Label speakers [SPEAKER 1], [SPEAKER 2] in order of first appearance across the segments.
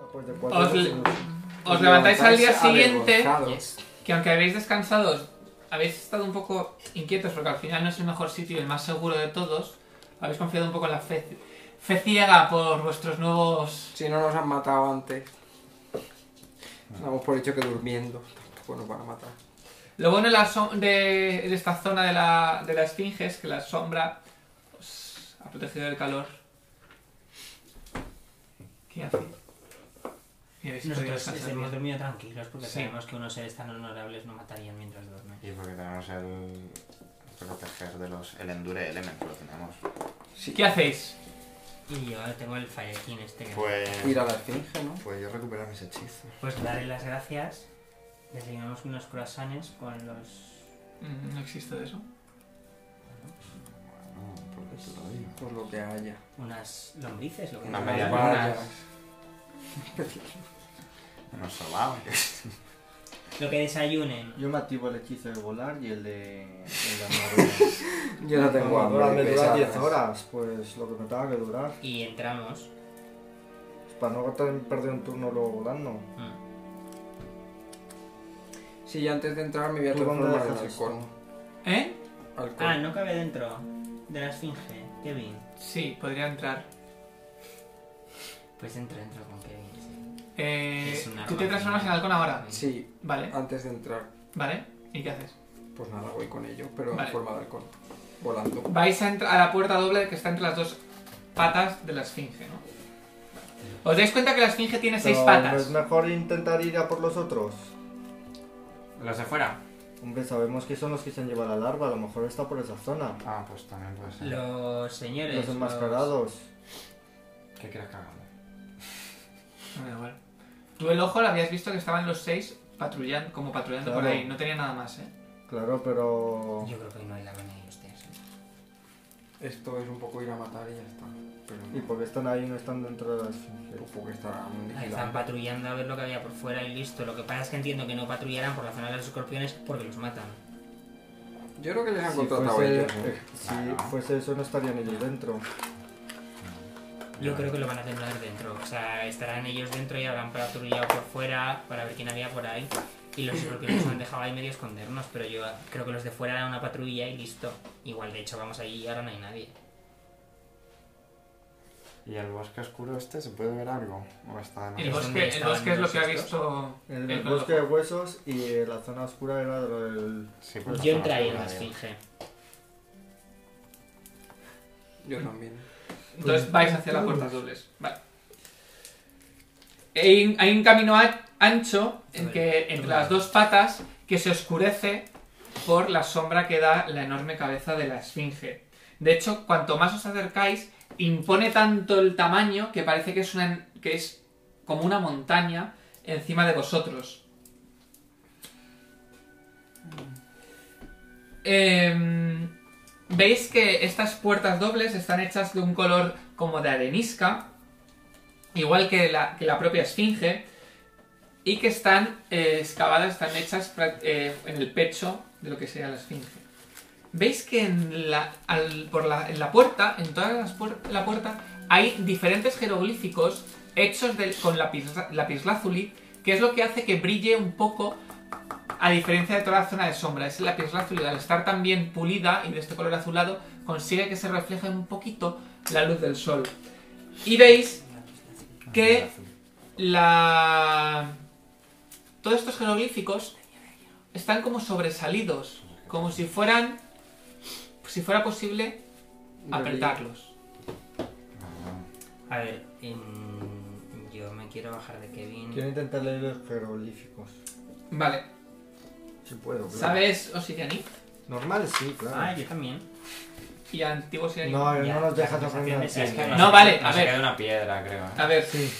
[SPEAKER 1] después de cuatro
[SPEAKER 2] Os-
[SPEAKER 1] años, Pues
[SPEAKER 2] Os levantáis al día siguiente,
[SPEAKER 1] avergonzados.
[SPEAKER 2] que aunque habéis descansado, habéis estado un poco inquietos porque al final no es el mejor sitio y el más seguro de todos. Habéis confiado un poco en la fe, fe ciega por vuestros nuevos...
[SPEAKER 1] Si no nos han matado antes. Damos por hecho que durmiendo tampoco nos van a matar.
[SPEAKER 2] Lo bueno de, la som- de, de esta zona de la, de la esfinge es que la sombra os ha protegido del calor. ¿Qué hace? Y habéis podido
[SPEAKER 3] Nosotros
[SPEAKER 2] descansar
[SPEAKER 3] hemos
[SPEAKER 2] bien.
[SPEAKER 3] dormido tranquilos porque
[SPEAKER 2] Sí.
[SPEAKER 3] sabemos que unos seres tan honorables no matarían mientras duermen.
[SPEAKER 4] Y porque tenemos el proteger de los. el Endure Element, lo tenemos.
[SPEAKER 2] ¿Qué hacéis?
[SPEAKER 3] Y yo tengo el Firekin este que...
[SPEAKER 1] Ir
[SPEAKER 4] Pues.
[SPEAKER 1] a la esfinge, ¿no?
[SPEAKER 4] Pues yo recuperar mis hechizos.
[SPEAKER 3] Pues daré las gracias. Desayunamos unos croissants con los...
[SPEAKER 2] Mm, No existe eso.
[SPEAKER 4] Bueno, porque te lo digo.
[SPEAKER 1] Por lo que haya.
[SPEAKER 3] unas lombrices, lo que
[SPEAKER 4] Una
[SPEAKER 3] no-
[SPEAKER 4] media
[SPEAKER 3] unas-
[SPEAKER 1] vallas.
[SPEAKER 4] Hemos salado.
[SPEAKER 3] Lo que desayunen.
[SPEAKER 5] Yo me activo el hechizo de volar y el de. El de amarrar.
[SPEAKER 1] Yo no tengo hambre.
[SPEAKER 5] Ahora me dura
[SPEAKER 1] pesadas.
[SPEAKER 5] 10 horas, pues lo que me tenga que durar. Pues,
[SPEAKER 3] Y entramos.
[SPEAKER 5] Para no gastar- perder un turno luego volando.
[SPEAKER 3] Mm.
[SPEAKER 1] Sí, yo antes de entrar me voy a
[SPEAKER 5] ¿Tú dónde
[SPEAKER 1] transformar en
[SPEAKER 5] dejas esto?
[SPEAKER 1] halcón.
[SPEAKER 2] ¿Eh?
[SPEAKER 4] Pues-
[SPEAKER 1] Halcón.
[SPEAKER 3] Ah, no cabe dentro de la esfinge. Kevin.
[SPEAKER 2] Sí, podría entrar.
[SPEAKER 3] Pues entro, entro con Kevin. sí.
[SPEAKER 2] Eh,
[SPEAKER 3] Es una
[SPEAKER 2] ¿Tú te
[SPEAKER 3] máquina.
[SPEAKER 2] transformas en halcón ahora?
[SPEAKER 1] Sí,
[SPEAKER 2] Vale,
[SPEAKER 1] antes de entrar,
[SPEAKER 2] vale. ¿Y qué haces?
[SPEAKER 1] pues nada, voy con ello, pero
[SPEAKER 2] Vale.
[SPEAKER 1] en forma de halcón. Volando.
[SPEAKER 2] Vais a, entrar a la puerta doble que está entre las dos patas de la esfinge, ¿no? Os dais cuenta que la esfinge tiene seis
[SPEAKER 5] Pero, ¿no
[SPEAKER 2] patas.
[SPEAKER 5] es mejor intentar ir a por los otros.
[SPEAKER 4] ¿Los de fuera?
[SPEAKER 5] Hombre, sabemos que son los que se han llevado la larva, a lo mejor está por esa zona.
[SPEAKER 4] Ah, pues también puede ser.
[SPEAKER 3] Los señores.
[SPEAKER 5] Los enmascarados.
[SPEAKER 4] ¿Qué quieres que hagamos?
[SPEAKER 2] No me da igual. Tú el ojo lo habías visto que estaban los seis patrullando, como patrullando por
[SPEAKER 5] Claro.
[SPEAKER 2] ahí. No tenía nada más, ¿eh?
[SPEAKER 5] Claro, pero.
[SPEAKER 3] los- Yo creo que no hay la manera de ustedes.
[SPEAKER 1] Esto es un poco ir a matar y ya está. Pero
[SPEAKER 5] ¿Y por qué están ahí y no están dentro de las.?
[SPEAKER 1] Pues porque estará muy
[SPEAKER 3] Ahí Están
[SPEAKER 1] vigilado.
[SPEAKER 3] patrullando a ver lo que había por fuera y listo. Lo que pasa es que entiendo que no patrullarán por la zona de los escorpiones porque los matan.
[SPEAKER 1] Yo creo que les han
[SPEAKER 5] Si
[SPEAKER 1] contratado
[SPEAKER 5] fuese,
[SPEAKER 1] ellos. ¿no?
[SPEAKER 5] eh, si
[SPEAKER 4] Claro.
[SPEAKER 5] fuese eso, no estarían ellos dentro.
[SPEAKER 3] Yo creo que lo van a temblar dentro. O sea, estarán ellos dentro y habrán patrullado por fuera para ver quién había por ahí. Y los escorpiones nos han dejado ahí medio escondernos, pero yo creo que los de fuera eran una patrulla y listo. Igual, de hecho, vamos allí y ahora no hay nadie.
[SPEAKER 4] ¿Y el bosque oscuro este se puede ver algo? ¿O está de
[SPEAKER 2] El
[SPEAKER 3] ¿Es
[SPEAKER 4] noche?
[SPEAKER 3] donde
[SPEAKER 2] bosque, el
[SPEAKER 3] estaban
[SPEAKER 2] bosque es lo
[SPEAKER 3] los
[SPEAKER 2] que ha
[SPEAKER 3] estos?
[SPEAKER 2] visto.
[SPEAKER 5] El,
[SPEAKER 2] el con
[SPEAKER 5] bosque
[SPEAKER 2] el
[SPEAKER 5] de
[SPEAKER 2] ojo.
[SPEAKER 5] huesos y la zona oscura era lo del.
[SPEAKER 4] Sí, pues
[SPEAKER 3] yo
[SPEAKER 4] la zona
[SPEAKER 3] entraría en
[SPEAKER 4] oscura,
[SPEAKER 3] la
[SPEAKER 4] digo.
[SPEAKER 3] esfinge.
[SPEAKER 1] Yo también.
[SPEAKER 2] Entonces vais hacia las puertas dobles. Vale. Hay un- hay un camino a- ancho en que, entre las dos patas que se oscurece por la sombra que da la enorme cabeza de la esfinge. De hecho, cuanto más os acercáis, impone tanto el tamaño que parece que es, una, que es como una montaña encima de vosotros. Em, Veis que estas puertas dobles están hechas de un color como de arenisca, igual que la, que la propia esfinge, y que están eh, excavadas, están hechas pra- eh, en el pecho de lo que sería la esfinge. Veis que en la, al- por la, en la puerta, en toda las puer- la puerta, hay diferentes jeroglíficos hechos de- con lapis, lapislázuli, que es lo que hace que brille un poco a diferencia de toda la zona de sombra, es la lapislázuli al estar tan bien pulida y de este color azulado, consigue que se refleje un poquito la luz del sol. Y veis que la... todos estos jeroglíficos están como sobresalidos, como si fueran, si fuera posible, apretarlos.
[SPEAKER 3] A ver, em, yo me quiero bajar de Kevin.
[SPEAKER 5] Quiero intentar leer los jeroglíficos.
[SPEAKER 2] Vale,
[SPEAKER 5] Si puedo, claro.
[SPEAKER 2] ¿sabes Osirianí?
[SPEAKER 5] Normal, sí, claro.
[SPEAKER 3] Ah, yo también.
[SPEAKER 2] Y antiguo Osirianí.
[SPEAKER 5] no,
[SPEAKER 3] Ya,
[SPEAKER 5] no nos
[SPEAKER 3] la
[SPEAKER 5] dejas
[SPEAKER 3] conversación
[SPEAKER 5] aprender.
[SPEAKER 3] es esta.
[SPEAKER 2] No, vale, a
[SPEAKER 4] Nos
[SPEAKER 2] ver.
[SPEAKER 4] queda una piedra, creo. ¿eh?
[SPEAKER 2] A ver,
[SPEAKER 5] Sí.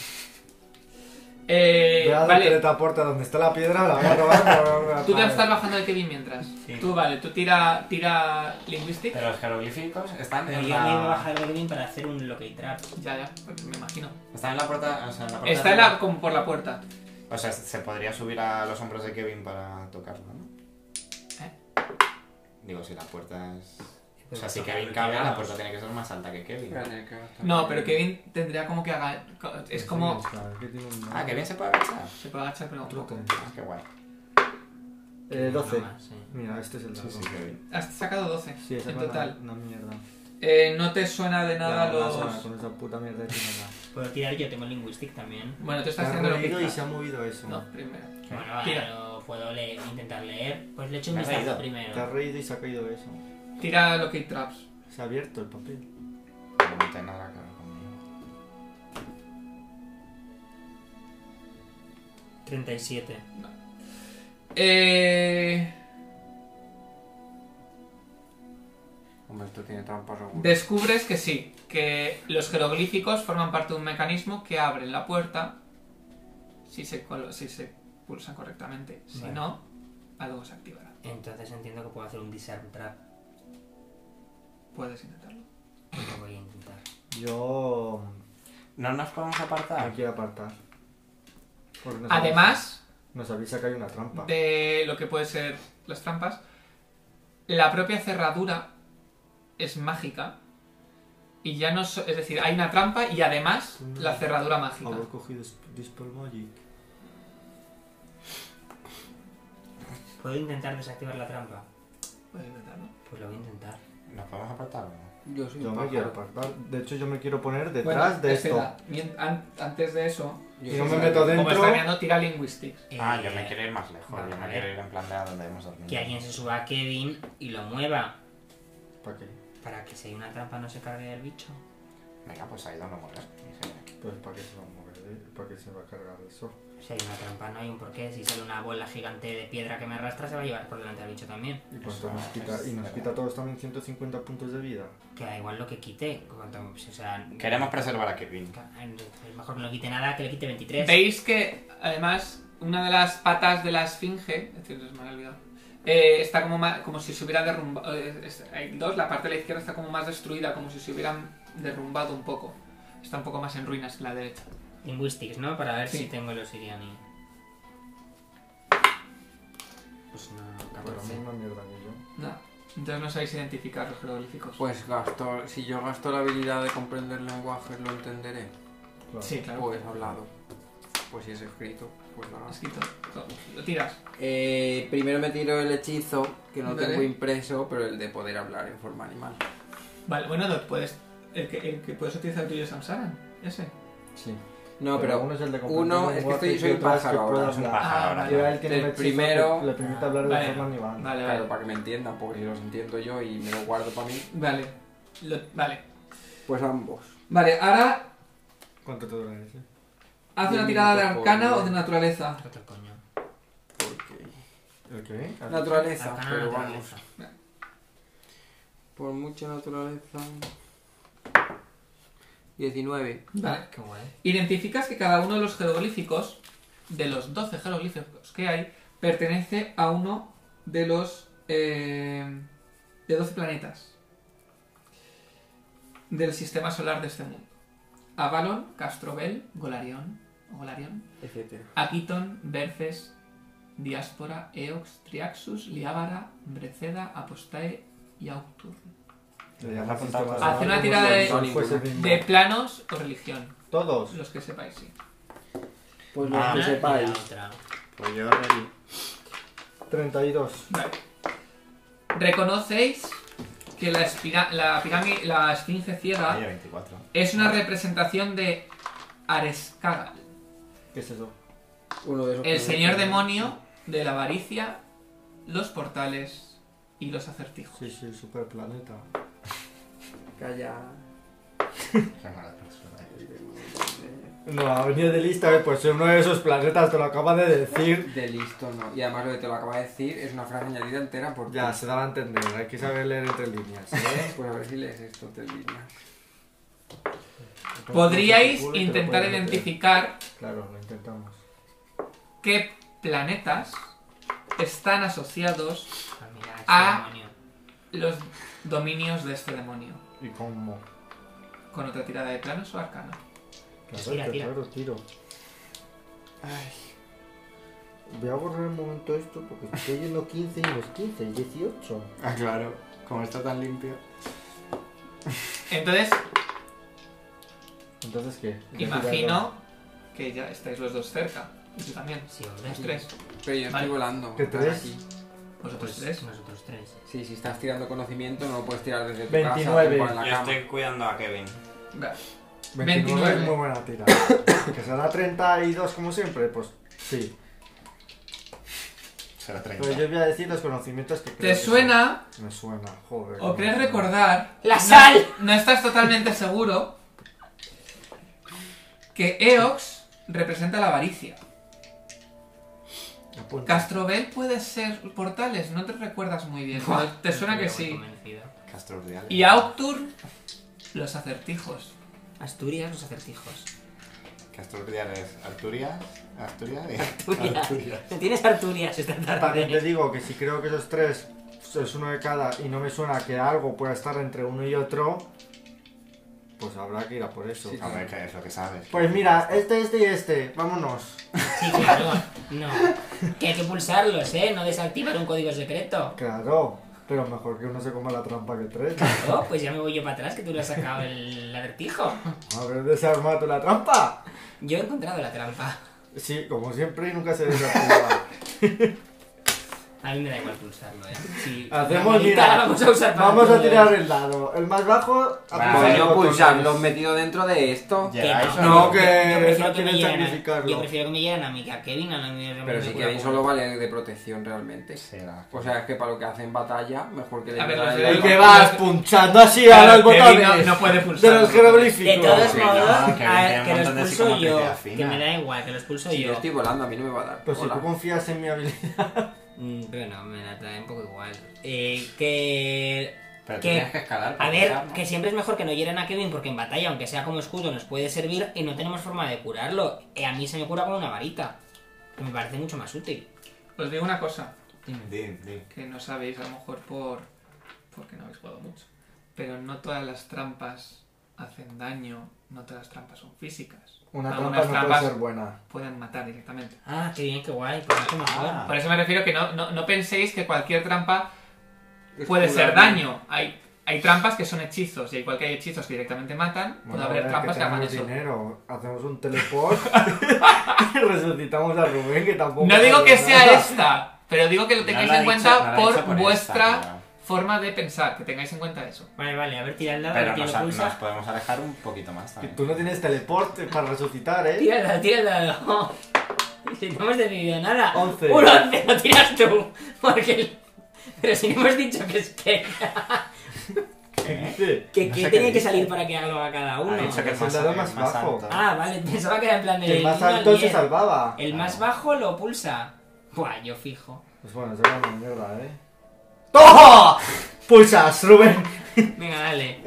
[SPEAKER 2] eh,
[SPEAKER 5] Ve a la
[SPEAKER 2] vale,
[SPEAKER 5] teletaporta donde está la piedra, la voy a robar. me la voy a
[SPEAKER 2] Tú te
[SPEAKER 5] robar.
[SPEAKER 2] estás bajando de Kevin mientras.
[SPEAKER 3] Sí.
[SPEAKER 2] Tú, vale, tú tira, tira Linguistic.
[SPEAKER 4] Pero los jeroglíficos están
[SPEAKER 3] Pero
[SPEAKER 4] en
[SPEAKER 3] yo
[SPEAKER 4] la...
[SPEAKER 2] Ah.
[SPEAKER 3] me iba a bajar de Kevin para hacer un lockey trap.
[SPEAKER 2] Ya, ya, pues me imagino.
[SPEAKER 4] Está en la puerta... O sea, en la puerta
[SPEAKER 2] Está
[SPEAKER 4] de
[SPEAKER 2] en la- como por la puerta.
[SPEAKER 4] O sea, se podría subir a los hombros de Kevin para tocarlo, ¿no?
[SPEAKER 2] ¿Eh?
[SPEAKER 4] Digo, si la puerta es... O sea, si
[SPEAKER 6] Exacto,
[SPEAKER 4] Kevin
[SPEAKER 6] que
[SPEAKER 4] cabe, la
[SPEAKER 6] queramos.
[SPEAKER 4] puerta tiene que ser más alta que Kevin.
[SPEAKER 1] Vale, que va a estar
[SPEAKER 2] No,
[SPEAKER 1] bien.
[SPEAKER 2] pero Kevin tendría como que haga. Es como.
[SPEAKER 4] Ah, Kevin se puede agachar.
[SPEAKER 2] Se puede agachar, pero un poco.
[SPEAKER 4] Ah, qué guay.
[SPEAKER 5] Eh, 12.
[SPEAKER 3] Nada más, sí.
[SPEAKER 5] Mira, este es el dado.
[SPEAKER 4] Sí, sí, Kevin.
[SPEAKER 2] Has sacado 12
[SPEAKER 5] Sí, esa
[SPEAKER 2] en
[SPEAKER 5] fue una-
[SPEAKER 2] total.
[SPEAKER 5] Una mierda.
[SPEAKER 2] Eh, no te suena de
[SPEAKER 5] Ya,
[SPEAKER 2] nada
[SPEAKER 5] no,
[SPEAKER 2] los.
[SPEAKER 5] no, no, Con esa puta mierda de nada.
[SPEAKER 3] Puedo tirar yo, tengo Linguistic también.
[SPEAKER 2] Bueno, tú
[SPEAKER 5] Se
[SPEAKER 2] estás
[SPEAKER 5] ha
[SPEAKER 2] haciendo lo
[SPEAKER 5] movido
[SPEAKER 2] que.
[SPEAKER 5] y se ha movido eso.
[SPEAKER 2] No, primero.
[SPEAKER 3] Bueno, va,
[SPEAKER 2] Tira.
[SPEAKER 3] lo puedo leer, intentar leer. Pues le echo un
[SPEAKER 4] Me ha
[SPEAKER 3] vistazo
[SPEAKER 4] caído.
[SPEAKER 5] Te has
[SPEAKER 3] primero.
[SPEAKER 5] reído y se ha caído eso.
[SPEAKER 2] Tira lo que traps.
[SPEAKER 5] Se ha abierto el papel.
[SPEAKER 4] No tiene nada que ver conmigo.
[SPEAKER 3] 37.
[SPEAKER 2] Eh,
[SPEAKER 1] Hombre, esto tiene trampa seguro.
[SPEAKER 2] descubres que sí, que los jeroglíficos forman parte de un mecanismo que abre la puerta si se, col- si se pulsan correctamente. Si
[SPEAKER 3] Vale.
[SPEAKER 2] no, algo se activará.
[SPEAKER 3] Entonces entiendo que puedo hacer un Disarm Trap.
[SPEAKER 2] Puedes intentarlo.
[SPEAKER 3] Lo voy a intentar.
[SPEAKER 5] Yo
[SPEAKER 4] No nos podemos apartar.
[SPEAKER 5] me quiero apartar. Porque nos
[SPEAKER 2] Ah. Además
[SPEAKER 5] avisa- nos avisa que hay una trampa.
[SPEAKER 2] de lo que pueden ser las trampas, la propia cerradura es mágica. Y ya no... so- es decir, hay una trampa y además la cerradura mágica.
[SPEAKER 5] Haber cogido Sp- Dispel Magic.
[SPEAKER 3] ¿Puedo intentar desactivar la trampa?
[SPEAKER 2] Puedes intentarlo.
[SPEAKER 3] Pues lo voy a intentar.
[SPEAKER 4] ¿Nos podemos apartar o no?
[SPEAKER 1] Yo soy
[SPEAKER 5] Yo
[SPEAKER 1] un
[SPEAKER 5] me quiero
[SPEAKER 1] pájaro.
[SPEAKER 5] apartar. De hecho, yo me quiero poner
[SPEAKER 2] Bueno,
[SPEAKER 5] detrás de esto.
[SPEAKER 2] espera, mien- an- antes de eso,
[SPEAKER 1] Yo
[SPEAKER 5] Y
[SPEAKER 1] soy
[SPEAKER 5] no me
[SPEAKER 1] un
[SPEAKER 5] meto
[SPEAKER 1] pájaro.
[SPEAKER 5] dentro.
[SPEAKER 2] como está mirando, tira linguistics.
[SPEAKER 4] Ah,
[SPEAKER 3] Eh,
[SPEAKER 4] yo me quiero ir más lejos. Yo me
[SPEAKER 3] vale.
[SPEAKER 4] quiero ir en plan de a donde hemos dormido.
[SPEAKER 3] Que alguien se suba a Kevin y lo mueva.
[SPEAKER 5] ¿Para qué?
[SPEAKER 3] Para que si hay una trampa no se cargue del bicho.
[SPEAKER 4] Venga, pues ahí donde mueres. Dije,
[SPEAKER 5] Pues para qué se va a mover, eh? para qué se va a cargar eso.
[SPEAKER 3] Si hay una trampa no hay un porqué. Si sale una bola gigante de piedra que me arrastra se va a llevar por delante al bicho también.
[SPEAKER 5] Y,
[SPEAKER 4] Pues
[SPEAKER 5] cuánto
[SPEAKER 4] no,
[SPEAKER 5] nos quita,
[SPEAKER 4] es
[SPEAKER 5] y nos
[SPEAKER 4] verdad.
[SPEAKER 5] quita a todos también 150 puntos de vida.
[SPEAKER 3] Que da igual lo que quite. cuanto- o sea,
[SPEAKER 4] Queremos preservar a Kevin.
[SPEAKER 3] Es mejor que no quite nada que le quite 23.
[SPEAKER 2] Veis que, además, una de las patas de la esfinge, es decir, se me había olvidado, eh, está como, ma- como si se hubiera derrumbado. hay dos, la parte de la izquierda está como más destruida, como si se hubieran derrumbado un poco. Está un poco más en ruinas que la derecha.
[SPEAKER 3] Linguistics, ¿no? Para ver
[SPEAKER 2] Sí.
[SPEAKER 3] si tengo los iriani. Pues no,
[SPEAKER 5] Para la
[SPEAKER 3] 14.
[SPEAKER 5] misma mierda que yo.
[SPEAKER 2] No. Entonces no sabéis identificar los jeroglíficos.
[SPEAKER 1] Pues gasto, si yo gasto la habilidad de comprender lenguajes, lo entenderé.
[SPEAKER 5] Claro.
[SPEAKER 2] sí, claro.
[SPEAKER 1] Pues hablado. Pues si es escrito, pues nada.
[SPEAKER 2] Escrito. Lo- Lo tiras.
[SPEAKER 1] Eh, primero me tiro el hechizo, que no
[SPEAKER 2] Vale.
[SPEAKER 1] tengo impreso, pero el de poder hablar en forma animal.
[SPEAKER 2] Vale, bueno, no, puedes. El que, el que puedes utilizar tuyo es Samsaran. Ese.
[SPEAKER 5] Sí.
[SPEAKER 1] No, pero
[SPEAKER 5] uno es el de
[SPEAKER 1] uno es que estoy, soy un pájaro ahora.
[SPEAKER 4] un pájaro.
[SPEAKER 2] Ah,
[SPEAKER 4] ahora.
[SPEAKER 2] vale.
[SPEAKER 5] Yo él tiene
[SPEAKER 1] El
[SPEAKER 5] el
[SPEAKER 1] primero-
[SPEAKER 5] primero. Le permite hablar de
[SPEAKER 2] Vale.
[SPEAKER 5] forma animal.
[SPEAKER 2] Vale, vale.
[SPEAKER 1] Claro, para que me entiendan, porque si los entiendo yo y me los guardo para mí,
[SPEAKER 2] Vale. Lo- vale.
[SPEAKER 1] pues ambos.
[SPEAKER 2] Vale, ahora
[SPEAKER 5] ¿Cuánto te dura ese?
[SPEAKER 2] haz una
[SPEAKER 1] Mm,
[SPEAKER 2] tirada de
[SPEAKER 1] por favor,
[SPEAKER 2] arcana
[SPEAKER 1] no.
[SPEAKER 2] o de naturaleza.
[SPEAKER 3] Otro coño.
[SPEAKER 1] Porque...
[SPEAKER 5] ¿El qué?
[SPEAKER 1] Naturaleza,
[SPEAKER 3] Arcana
[SPEAKER 1] pero vamos.
[SPEAKER 3] naturaleza.
[SPEAKER 1] Por mucha naturaleza... 19.
[SPEAKER 2] Vale.
[SPEAKER 3] Qué guay.
[SPEAKER 2] Identificas que cada uno de los jeroglíficos, de los 12 jeroglíficos que hay, pertenece a uno de los. eh, de 12 planetas del sistema solar de este mundo: Avalon, Castrobel, Golarion, o Golarion
[SPEAKER 1] Etcétera.
[SPEAKER 2] Aquiton, Berces, Diáspora, Eox, Triaxus, Liábara, Breceda, Apostae y Auctur.
[SPEAKER 5] Le llamas
[SPEAKER 4] Hace
[SPEAKER 5] sistema
[SPEAKER 4] una
[SPEAKER 5] solar,
[SPEAKER 2] tirada
[SPEAKER 5] como si
[SPEAKER 2] de-
[SPEAKER 5] el sol fuese el mismo.
[SPEAKER 2] De planos o religión,
[SPEAKER 5] pues, Todos.
[SPEAKER 2] los que sepáis, sí.
[SPEAKER 1] Pues
[SPEAKER 4] Ah,
[SPEAKER 1] que
[SPEAKER 3] Una y
[SPEAKER 1] sepáis.
[SPEAKER 3] la otra.
[SPEAKER 4] Pues yo ready.
[SPEAKER 5] 32.
[SPEAKER 2] Vale. Reconocéis que la, espira- la pirámide, la esfinge ciega,
[SPEAKER 4] Oye, 24.
[SPEAKER 2] es una representación de Arescagal,
[SPEAKER 5] ¿Qué es eso?
[SPEAKER 1] Uno de esos
[SPEAKER 2] el
[SPEAKER 1] que-
[SPEAKER 2] señor demonio de la avaricia, los portales y los acertijos.
[SPEAKER 5] Sí, sí, superplaneta.
[SPEAKER 1] Calla.
[SPEAKER 4] Qué mala persona eres.
[SPEAKER 5] No, ha venido de lista, eh, pues es uno de esos planetas, te lo acaba de decir.
[SPEAKER 1] De listo, no. Y además lo que te lo acaba de decir es una frase añadida entera por
[SPEAKER 5] Ya, se daba a entender, hay que saber leer entre líneas. ¿eh?
[SPEAKER 1] Pues a ver si lees esto, te líneas.
[SPEAKER 2] Podríais
[SPEAKER 5] Te lo puedes
[SPEAKER 2] intentar
[SPEAKER 5] meter.
[SPEAKER 2] identificar
[SPEAKER 5] Claro, lo intentamos.
[SPEAKER 2] qué planetas están asociados
[SPEAKER 3] Ah, mira, este
[SPEAKER 2] Ah.
[SPEAKER 3] demonio.
[SPEAKER 2] los dominios de este demonio.
[SPEAKER 5] ¿Y cómo?
[SPEAKER 2] Con otra tirada de planos o arcana.
[SPEAKER 5] Claro,
[SPEAKER 3] Tira,
[SPEAKER 5] que
[SPEAKER 3] tira.
[SPEAKER 5] claro, tiro. Voy a borrar un momento esto porque estoy yendo 15 y los 15, 18.
[SPEAKER 4] Ah, claro. Como está tan limpio.
[SPEAKER 2] Entonces,
[SPEAKER 5] Entonces, ¿qué?
[SPEAKER 2] imagino que ya estáis los dos cerca. Y tú también.
[SPEAKER 3] Sí, hombre.
[SPEAKER 2] Los tres.
[SPEAKER 1] Pero yo
[SPEAKER 2] Vale.
[SPEAKER 1] estoy volando.
[SPEAKER 5] ¿Qué
[SPEAKER 1] estás
[SPEAKER 5] tres?
[SPEAKER 1] aquí.
[SPEAKER 2] Vosotros
[SPEAKER 3] Pues
[SPEAKER 2] tres.
[SPEAKER 3] nosotros tres.
[SPEAKER 1] Sí, si estás tirando conocimiento no lo puedes tirar desde tu
[SPEAKER 5] 29.
[SPEAKER 1] casa. tipo en la
[SPEAKER 6] Yo
[SPEAKER 1] cama.
[SPEAKER 6] estoy cuidando a Kevin.
[SPEAKER 2] Va.
[SPEAKER 5] 29,
[SPEAKER 2] 29.
[SPEAKER 5] es muy buena tira. que se da 32 como siempre, pues sí.
[SPEAKER 4] Será
[SPEAKER 5] Pero
[SPEAKER 4] 30.
[SPEAKER 5] yo voy a decir los conocimientos que creo
[SPEAKER 2] ¿Te
[SPEAKER 5] que
[SPEAKER 2] suena
[SPEAKER 5] son. Me suena, joder.
[SPEAKER 2] o crees recordar?
[SPEAKER 3] ¡La
[SPEAKER 2] no-
[SPEAKER 3] sal!
[SPEAKER 2] No, estás totalmente seguro que Eox representa la avaricia.
[SPEAKER 5] Apunta.
[SPEAKER 2] Castrobel puede ser portales, no te recuerdas muy bien. pero te suena que
[SPEAKER 3] Estoy
[SPEAKER 2] sí.
[SPEAKER 3] muy convencido.
[SPEAKER 4] Castro Urdiales.
[SPEAKER 2] Y Auctur, los acertijos.
[SPEAKER 3] Asturias, los acertijos.
[SPEAKER 4] Castro Urdiales. Arturias. Asturias. y-
[SPEAKER 3] Asturias.
[SPEAKER 4] Asturias.
[SPEAKER 3] Te tienes Arturias esta
[SPEAKER 5] También te
[SPEAKER 3] tarde.
[SPEAKER 5] digo que si creo que esos tres es uno de cada y no me suena que algo pueda estar entre uno y otro, pues habrá que ir a por eso.
[SPEAKER 1] Sí,
[SPEAKER 4] A ver, ¿qué es lo que sabes?
[SPEAKER 5] Pues mira, este, este y este, vámonos.
[SPEAKER 3] Sí, claro. No. Que hay que pulsarlos, ¿eh? No desactivar un código secreto.
[SPEAKER 5] Claro, pero mejor que uno se coma la trampa que tres.
[SPEAKER 3] Oh, pues ya me voy yo para atrás, que tú le has sacado el avertijo.
[SPEAKER 5] A ver, desarma tú la trampa.
[SPEAKER 3] Yo he encontrado la trampa.
[SPEAKER 5] Sí, como siempre y nunca se desactiva.
[SPEAKER 3] A mí me da igual pulsarlo, ¿eh? Sí.
[SPEAKER 5] Hacemos,
[SPEAKER 3] La manita
[SPEAKER 5] mira,
[SPEAKER 3] la vamos a usar para
[SPEAKER 5] Vamos a
[SPEAKER 3] todo.
[SPEAKER 5] tirar eh, el lado. El más bajo,
[SPEAKER 4] Ah,
[SPEAKER 5] apunta
[SPEAKER 4] yo
[SPEAKER 5] los
[SPEAKER 1] Coño,
[SPEAKER 5] botones.
[SPEAKER 1] pulsarlo pues, metido dentro de esto.
[SPEAKER 3] Que
[SPEAKER 4] Llegáis a-
[SPEAKER 5] No, que-
[SPEAKER 3] prefiero
[SPEAKER 5] no quieren
[SPEAKER 3] me lleven a-
[SPEAKER 5] sacrificarlo.
[SPEAKER 3] Yo prefiero que me lleguen a mí que a Kevin, a la mía.
[SPEAKER 1] Pero si Kevin solo vale de protección realmente.
[SPEAKER 4] Será.
[SPEAKER 1] O sea, es que para lo que hacen batalla, mejor que le
[SPEAKER 2] A ver,
[SPEAKER 1] metan
[SPEAKER 2] los
[SPEAKER 1] el-
[SPEAKER 2] de-
[SPEAKER 5] El que vas punchando así a
[SPEAKER 2] Claro,
[SPEAKER 5] los
[SPEAKER 2] Kevin
[SPEAKER 5] botones.
[SPEAKER 2] no, no puede pulsar.
[SPEAKER 5] de los
[SPEAKER 3] De
[SPEAKER 5] jeroglíficos.
[SPEAKER 3] todos
[SPEAKER 4] Sí, no,
[SPEAKER 3] modos,
[SPEAKER 4] que
[SPEAKER 3] a-
[SPEAKER 4] tiene un
[SPEAKER 3] que los
[SPEAKER 4] montón
[SPEAKER 3] pulso
[SPEAKER 4] de
[SPEAKER 3] yo.
[SPEAKER 4] psicomotricidad
[SPEAKER 3] Que
[SPEAKER 4] fina.
[SPEAKER 3] me da igual, que los pulso
[SPEAKER 1] Si yo
[SPEAKER 3] yo.
[SPEAKER 1] estoy volando, a mí no me va a dar.
[SPEAKER 5] Pues si
[SPEAKER 1] Hola.
[SPEAKER 5] tú confías en mi habilidad.
[SPEAKER 3] Mm, Bueno, me la trae un poco igual. Eh, que.
[SPEAKER 4] Pero
[SPEAKER 3] que-
[SPEAKER 4] tienes que escalar para
[SPEAKER 3] A ver,
[SPEAKER 4] pasar, ¿no?
[SPEAKER 3] que siempre es mejor que no hieren a Kevin porque en batalla, aunque sea como escudo, nos puede servir y no tenemos forma de curarlo. Eh, a mí se me cura con una varita. que Me parece mucho más útil.
[SPEAKER 2] Os digo una cosa,
[SPEAKER 4] Di, di.
[SPEAKER 2] que no sabéis a lo mejor por... porque no habéis jugado mucho. Pero no todas las trampas hacen daño, no todas las trampas son físicas.
[SPEAKER 5] Una
[SPEAKER 2] Algunas
[SPEAKER 5] trampa no
[SPEAKER 2] trampas
[SPEAKER 5] puede ser buena.
[SPEAKER 2] pueden matar directamente.
[SPEAKER 3] Ah, qué bien, qué guay. Pues mucho mejor.
[SPEAKER 4] Ah.
[SPEAKER 2] Por eso me refiero que no, no, no penséis que cualquier trampa puede
[SPEAKER 1] Es
[SPEAKER 2] ser
[SPEAKER 1] curable.
[SPEAKER 2] daño. Hay, hay trampas que son hechizos, y igual que hay hechizos que directamente matan, puede
[SPEAKER 5] Bueno,
[SPEAKER 2] haber
[SPEAKER 5] ahora
[SPEAKER 2] trampas que, hagan
[SPEAKER 5] tenemos
[SPEAKER 2] eso.
[SPEAKER 5] dinero. Hacemos un teleport y resucitamos a Rubén, que tampoco.
[SPEAKER 2] No digo que
[SPEAKER 5] sabe
[SPEAKER 2] sea
[SPEAKER 5] nada.
[SPEAKER 2] esta, pero digo que lo
[SPEAKER 4] No
[SPEAKER 2] tengáis
[SPEAKER 4] lo ha
[SPEAKER 2] en
[SPEAKER 4] dicho-
[SPEAKER 2] cuenta
[SPEAKER 4] no lo ha
[SPEAKER 2] por,
[SPEAKER 4] dicho por
[SPEAKER 2] vuestra
[SPEAKER 4] esta, pero-
[SPEAKER 2] forma de pensar, que tengáis en cuenta eso.
[SPEAKER 3] Vale, vale, a ver, tira el dado, a ver
[SPEAKER 4] Pero
[SPEAKER 3] quién
[SPEAKER 4] nos,
[SPEAKER 3] lo
[SPEAKER 4] nos
[SPEAKER 3] pulsa.
[SPEAKER 4] podemos alejar un poquito más
[SPEAKER 5] Que
[SPEAKER 4] también.
[SPEAKER 5] Tú no tienes teleport para resucitar, ¿eh?
[SPEAKER 3] Tira el dado, tira el dado. Si no hemos decidido nada.
[SPEAKER 5] Once.
[SPEAKER 3] Un once lo tiras tú. Porque. el- Pero si no hemos dicho que es que.
[SPEAKER 5] Sí.
[SPEAKER 3] Que, que
[SPEAKER 4] No
[SPEAKER 3] tenía
[SPEAKER 4] sé qué
[SPEAKER 3] que
[SPEAKER 4] dice.
[SPEAKER 3] salir para que haga a cada uno.
[SPEAKER 4] Ha dicho que
[SPEAKER 5] Es el dado más bajo.
[SPEAKER 4] alto.
[SPEAKER 3] Ah, vale, pensaba que era en plan de.
[SPEAKER 5] El más
[SPEAKER 3] uno al
[SPEAKER 5] alto se
[SPEAKER 3] diez.
[SPEAKER 5] salvaba.
[SPEAKER 3] El más bajo lo pulsa. Buah, yo fijo.
[SPEAKER 5] Pues bueno, se va una mierda, ¿eh? ¡Tojo! Pulsas, Rubén.
[SPEAKER 3] Venga, dale.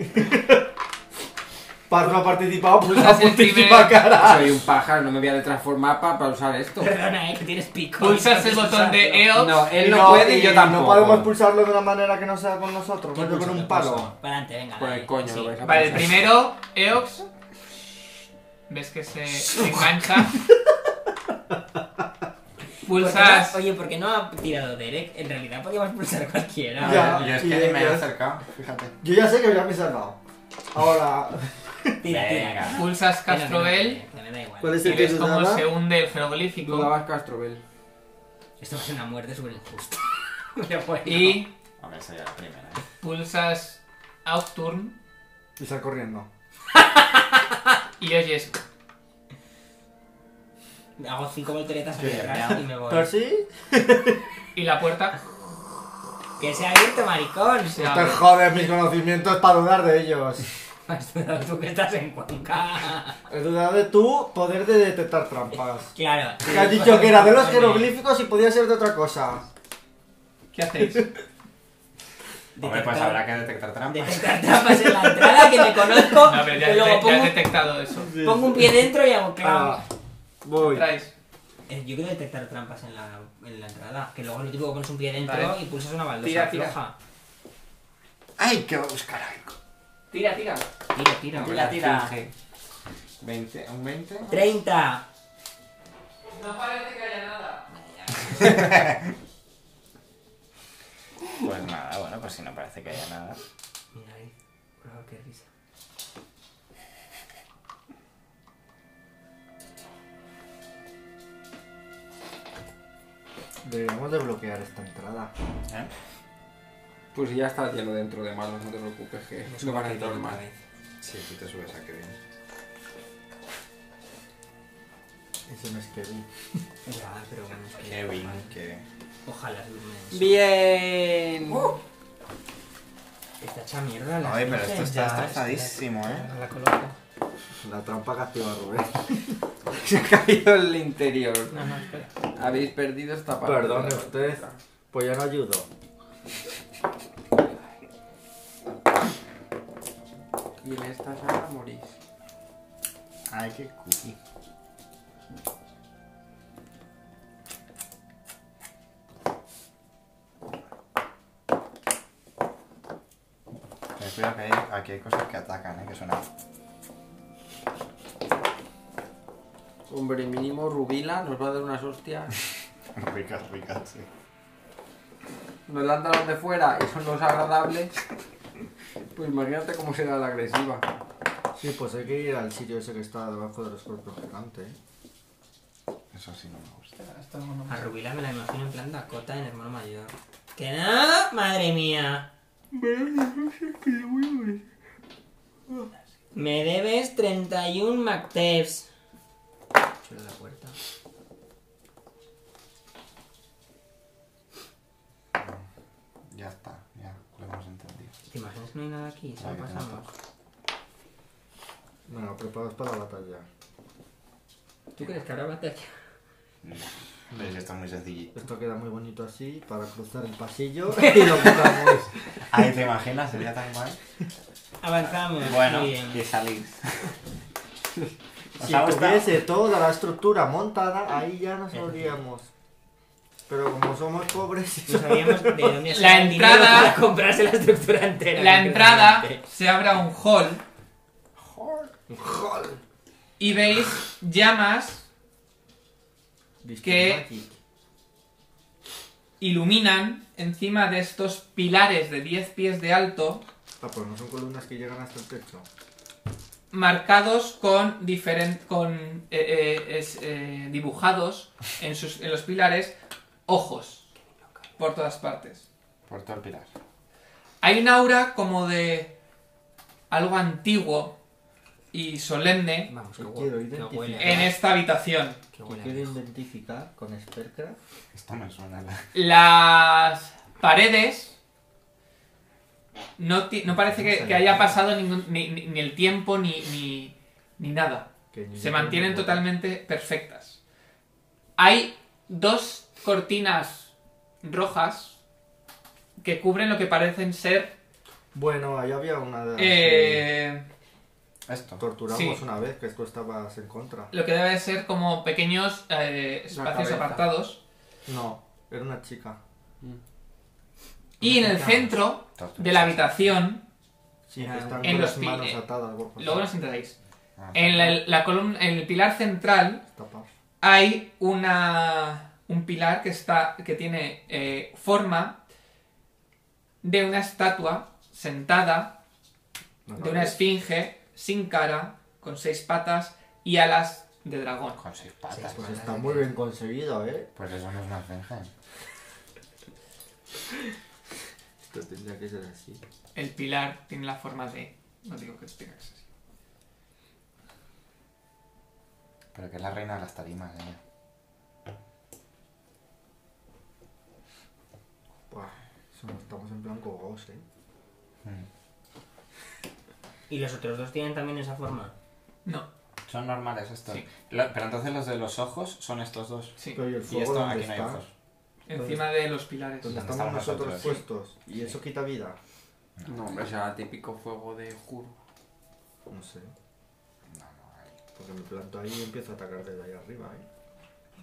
[SPEAKER 5] Paz no ha participado, pulsa
[SPEAKER 2] Pulsas el
[SPEAKER 5] puntísima
[SPEAKER 2] primer-
[SPEAKER 5] cara.
[SPEAKER 1] Soy un pájaro, no me voy a transformar para usar esto.
[SPEAKER 3] Perdona, eh, que tienes pico.
[SPEAKER 2] Pulsas el
[SPEAKER 3] Entonces,
[SPEAKER 2] botón
[SPEAKER 3] pulsarlo.
[SPEAKER 2] de E. EOX.
[SPEAKER 1] No, él no,
[SPEAKER 5] Y
[SPEAKER 1] puede y yo
[SPEAKER 5] No
[SPEAKER 1] tampoco. Pues,
[SPEAKER 5] podemos pulsarlo de una manera que no sea con nosotros,
[SPEAKER 3] ¿Qué
[SPEAKER 5] no con
[SPEAKER 3] pulso?
[SPEAKER 5] un
[SPEAKER 3] ¿Qué
[SPEAKER 5] palo.
[SPEAKER 3] pulso? Para adelante, venga.
[SPEAKER 1] Por pues, el
[SPEAKER 3] dale.
[SPEAKER 1] coño,
[SPEAKER 3] Sí.
[SPEAKER 1] lo vais a
[SPEAKER 2] Vale, el
[SPEAKER 1] pulsar.
[SPEAKER 2] primero, Eox. Ves que se se engancha.
[SPEAKER 3] ¿Por qué no-
[SPEAKER 2] Pulsas.
[SPEAKER 3] Oye, ¿por qué no ha tirado Derek? En realidad podíamos pulsar cualquiera.
[SPEAKER 5] Ya.
[SPEAKER 4] Yo es que
[SPEAKER 5] y-
[SPEAKER 4] ni me he
[SPEAKER 5] y-
[SPEAKER 4] acercado, fíjate.
[SPEAKER 5] Yo ya sé que ya me he salvado. Ahora,
[SPEAKER 3] Tira, tira.
[SPEAKER 4] Venga.
[SPEAKER 2] Pulsas
[SPEAKER 3] Que no, que no,
[SPEAKER 2] Castrobel.
[SPEAKER 3] que me da igual.
[SPEAKER 5] ¿cuál es
[SPEAKER 2] Y
[SPEAKER 5] el que
[SPEAKER 2] ves cómo
[SPEAKER 5] dudaba?
[SPEAKER 2] se hunde el jeroglífico.
[SPEAKER 1] Dudabas Castrobel.
[SPEAKER 3] Esto es una muerte súper injusta. Pero bueno.
[SPEAKER 2] Y
[SPEAKER 4] A ver, sería la primera.
[SPEAKER 2] pulsas Outturn.
[SPEAKER 5] Y sal corriendo.
[SPEAKER 2] Y oyes.
[SPEAKER 3] Hago cinco volteretas
[SPEAKER 4] Sí,
[SPEAKER 3] hacia atrás
[SPEAKER 4] ya.
[SPEAKER 3] y me voy.
[SPEAKER 5] Pero sí,
[SPEAKER 2] Y la puerta
[SPEAKER 3] Que se ha abierto, maricón.
[SPEAKER 2] se
[SPEAKER 5] te
[SPEAKER 2] abre.
[SPEAKER 5] jodes mis conocimientos para dudar de ellos.
[SPEAKER 3] Has dudado tú que estás en Cuenca.
[SPEAKER 5] He dudado de tu poder de detectar trampas.
[SPEAKER 3] Claro.
[SPEAKER 5] Que has dicho que era de los jeroglíficos y podía ser de otra cosa.
[SPEAKER 2] ¿Qué hacéis?
[SPEAKER 4] Hombre, pues habrá que detectar trampas.
[SPEAKER 3] Detectar trampas en la entrada que me conozco.
[SPEAKER 2] No, pero ya,
[SPEAKER 3] que luego
[SPEAKER 2] ya- ya
[SPEAKER 3] pongo,
[SPEAKER 2] has detectado eso.
[SPEAKER 3] pongo un pie dentro y hago clavo.
[SPEAKER 5] Ah, Voy.
[SPEAKER 2] Traes.
[SPEAKER 3] Eh, Yo quiero detectar trampas en la, en la entrada. Que luego lo típico que pones un pie dentro
[SPEAKER 2] Vale.
[SPEAKER 3] y pulsas una baldosa
[SPEAKER 2] Tira, tira.
[SPEAKER 3] floja.
[SPEAKER 4] ¡Ay, que va a buscar algo!
[SPEAKER 2] Tira, tira.
[SPEAKER 3] Tira, tira.
[SPEAKER 4] Tira, tira. 20, ¿Un 20?
[SPEAKER 3] 30.
[SPEAKER 2] No parece que haya nada.
[SPEAKER 4] Pues nada, bueno, pues si no parece que haya nada.
[SPEAKER 3] Mira ahí. Por favor, qué risa.
[SPEAKER 5] Deberíamos desbloquear esta entrada.
[SPEAKER 4] ¿Eh?
[SPEAKER 1] Pues ya está lleno dentro de malos, no te preocupes que no van a entrar más.
[SPEAKER 4] Sí, tú te subes a Kevin.
[SPEAKER 5] Ese no es Kevin.
[SPEAKER 3] Ya, pero bueno, es que-
[SPEAKER 4] Kevin, que.
[SPEAKER 3] Ojalá se durmiese.
[SPEAKER 1] Bien.
[SPEAKER 3] Está hecha mierda la
[SPEAKER 4] Ay, pero
[SPEAKER 3] gente,
[SPEAKER 4] esto está eh.
[SPEAKER 3] ya,
[SPEAKER 4] destrozadísimo,
[SPEAKER 3] espera, La coloco.
[SPEAKER 5] La trampa que activa Rubén.
[SPEAKER 1] Se ha caído el interior.
[SPEAKER 3] No, no, espera.
[SPEAKER 1] Habéis perdido esta parte.
[SPEAKER 5] Perdone usted. Pues yo no ayudo.
[SPEAKER 1] Y en esta sala morís.
[SPEAKER 4] Ay, qué cookie. Ten cuidado que hay, aquí hay cosas que atacan, ¿eh? que suenan.
[SPEAKER 1] Hombre, mínimo Rubila nos va a dar unas hostias.
[SPEAKER 4] Ricas, ricas, sí.
[SPEAKER 1] Nos la han dado los de fuera y son los agradables. Pues imagínate cómo será la agresiva.
[SPEAKER 5] Sí, pues hay que ir al sitio ese que está debajo del escorpión gigante. ¿eh?
[SPEAKER 4] Eso sí no me gusta.
[SPEAKER 3] A Rubila me la imagino en plan Dakota en hermano mayor. ¿Que no? ¡Madre mía! Me debes 31 MacTevs. Chulo la puerta.
[SPEAKER 4] Ya está, ya lo hemos entendido.
[SPEAKER 3] ¿Te imaginas que no hay nada aquí? Se lo
[SPEAKER 4] Ay, que
[SPEAKER 3] pasamos.
[SPEAKER 4] tonto.
[SPEAKER 5] Bueno, preparados para la batalla.
[SPEAKER 3] ¿Tú crees que habrá batalla?
[SPEAKER 4] Pero si está muy sencillito.
[SPEAKER 5] Esto queda muy bonito así para cruzar el pasillo y lo quitamos.
[SPEAKER 4] Ay, ¿te imaginas? Sería tan guay.
[SPEAKER 3] Avanzamos.
[SPEAKER 4] Bueno,
[SPEAKER 3] Muy bien.
[SPEAKER 4] y salís. ¿Os
[SPEAKER 5] Si
[SPEAKER 4] ha gustado?
[SPEAKER 5] tuviese toda la estructura montada, ahí ya nos olvidamos. Pero como somos pobres,
[SPEAKER 3] No sabíamos de dónde
[SPEAKER 2] La
[SPEAKER 3] salía el dinero
[SPEAKER 2] entrada-
[SPEAKER 3] para comprarse la estructura entera.
[SPEAKER 2] La entrada
[SPEAKER 3] concretamente.
[SPEAKER 2] se abre a un hall
[SPEAKER 5] ¡Jol!
[SPEAKER 2] y veis llamas ¿Qué? iluminan encima de estos pilares de 10 pies de alto
[SPEAKER 5] Ah, pues no son columnas que llegan hasta el techo.
[SPEAKER 2] marcados con diferentes con eh, eh, es, eh, dibujados en sus en los pilares ojos por todas partes
[SPEAKER 4] Por todo el pilar.
[SPEAKER 2] hay un aura como de algo antiguo y solemne
[SPEAKER 3] Vamos, que
[SPEAKER 5] Yo
[SPEAKER 3] hue-
[SPEAKER 5] quiero
[SPEAKER 3] que
[SPEAKER 5] identificar.
[SPEAKER 3] huele.
[SPEAKER 2] en esta habitación
[SPEAKER 3] Que
[SPEAKER 5] Yo
[SPEAKER 3] huele.
[SPEAKER 5] quiero identificar con Spellcraft.
[SPEAKER 4] Esto me suena. la-
[SPEAKER 2] las paredes no, ti- no parece que, que haya pasado ningún- ni, ni- ni el tiempo ni- ni, ni nada
[SPEAKER 5] que ni
[SPEAKER 2] se
[SPEAKER 5] siquiera
[SPEAKER 2] mantienen
[SPEAKER 5] me acuerdo.
[SPEAKER 2] totalmente perfectas. Hay dos cortinas rojas que cubren lo que parecen ser
[SPEAKER 5] Bueno, ahí había una de las que
[SPEAKER 2] eh,
[SPEAKER 4] Esto.
[SPEAKER 5] torturamos
[SPEAKER 2] sí.
[SPEAKER 5] una vez, que tú estabas en contra.
[SPEAKER 2] lo que debe de ser como pequeños eh, espacios
[SPEAKER 1] cabeza.
[SPEAKER 2] apartados.
[SPEAKER 5] No, era una chica.
[SPEAKER 2] Y en el centro
[SPEAKER 4] Tortura.
[SPEAKER 2] de la habitación,
[SPEAKER 5] Sí,
[SPEAKER 3] Era
[SPEAKER 5] que están
[SPEAKER 2] en
[SPEAKER 5] con
[SPEAKER 2] los
[SPEAKER 5] las
[SPEAKER 2] pi-
[SPEAKER 5] manos
[SPEAKER 2] eh,
[SPEAKER 5] atadas. Borja.
[SPEAKER 2] luego nos enteráis,
[SPEAKER 4] Ah,
[SPEAKER 2] en la, la columna, en el pilar central
[SPEAKER 5] Tapar.
[SPEAKER 2] hay una un pilar que está que tiene eh, forma de una estatua sentada
[SPEAKER 5] No, pues,
[SPEAKER 2] de una esfinge sin cara, con seis patas y alas de dragón.
[SPEAKER 4] Con seis patas.
[SPEAKER 5] Pues está muy bien conseguido, ¿eh?
[SPEAKER 4] Pues eso no es una esfinge.
[SPEAKER 5] Esto tendría que ser así.
[SPEAKER 2] El pilar tiene la forma de... No digo que tenga que ser así.
[SPEAKER 4] Pero que es la reina de las tarimas, ¿eh?
[SPEAKER 5] Buah, eso no- estamos en plan gogosos, ¿eh?
[SPEAKER 4] Mm.
[SPEAKER 3] ¿Y los otros dos tienen también esa forma?
[SPEAKER 2] No,
[SPEAKER 4] Son normales estos.
[SPEAKER 2] Sí.
[SPEAKER 4] Lo- pero entonces los de los ojos son estos dos.
[SPEAKER 2] sí.
[SPEAKER 5] Pero ¿y el
[SPEAKER 4] Y
[SPEAKER 5] fuego
[SPEAKER 4] esto
[SPEAKER 5] dónde
[SPEAKER 4] aquí no hay
[SPEAKER 5] está?
[SPEAKER 4] ojos.
[SPEAKER 2] Encima de los pilares.
[SPEAKER 5] Donde
[SPEAKER 4] ¿Dónde
[SPEAKER 5] estamos,
[SPEAKER 4] estamos
[SPEAKER 5] nosotros,
[SPEAKER 4] nosotros?
[SPEAKER 5] puestos. ¿Y eso quita vida?
[SPEAKER 1] No, hombre, será típico fuego de juro.
[SPEAKER 5] No sé.
[SPEAKER 4] No, no, ahí.
[SPEAKER 5] Porque me planto ahí y empiezo a atacar desde ahí arriba, ¿eh?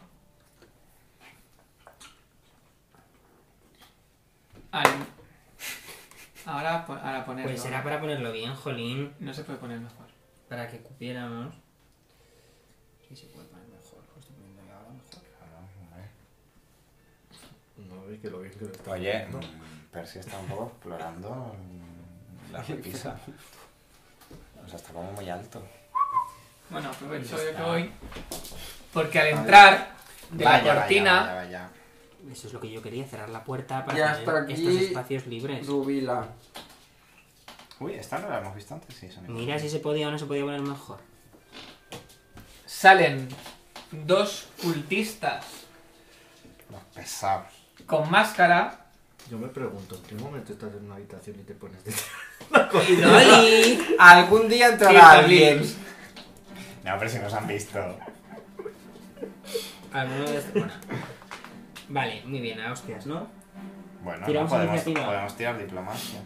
[SPEAKER 2] Al- Ahora, po- ahora ponerlo.
[SPEAKER 3] Pues será para ponerlo bien, jolín.
[SPEAKER 2] No se puede poner mejor.
[SPEAKER 3] Para que cupiéramos. ¿Qué se puede poner mejor? Lo estoy poniendo yo ahora mejor.
[SPEAKER 4] Claro, hombre.
[SPEAKER 5] No veis que lo bien que lo está
[SPEAKER 4] Oye,
[SPEAKER 5] haciendo?
[SPEAKER 4] mm, Percy está un poco explorando mm, la repisa. O sea, está como muy alto.
[SPEAKER 2] Bueno, aprovecho
[SPEAKER 3] Ya
[SPEAKER 2] yo que
[SPEAKER 3] está.
[SPEAKER 2] voy. Porque al entrar de
[SPEAKER 4] vaya,
[SPEAKER 2] la cortina.
[SPEAKER 4] Vaya, vaya,
[SPEAKER 3] Eso es lo que yo quería, cerrar la puerta para
[SPEAKER 1] Ya está
[SPEAKER 3] tener estos
[SPEAKER 1] aquí.
[SPEAKER 3] espacios libres.
[SPEAKER 1] Rubila.
[SPEAKER 4] vaya. Uy, esta no la hemos visto antes, sí, son
[SPEAKER 3] Mira si se podía o no se podía poner mejor.
[SPEAKER 2] salen dos cultistas
[SPEAKER 4] Los pesados.
[SPEAKER 2] con máscara
[SPEAKER 5] Yo me pregunto, ¿en qué momento estás en una habitación y te pones de...
[SPEAKER 2] y dos
[SPEAKER 3] ¡Noli!
[SPEAKER 1] Algún día entrará alguien.
[SPEAKER 4] No, pero si nos han visto.
[SPEAKER 3] Alguno de estos- Bueno. Vale, muy bien, a hostias, ¿no?
[SPEAKER 4] Bueno, no,
[SPEAKER 3] Tiramos
[SPEAKER 4] podemos,
[SPEAKER 3] iniciativa.
[SPEAKER 4] podemos tirar diplomacia.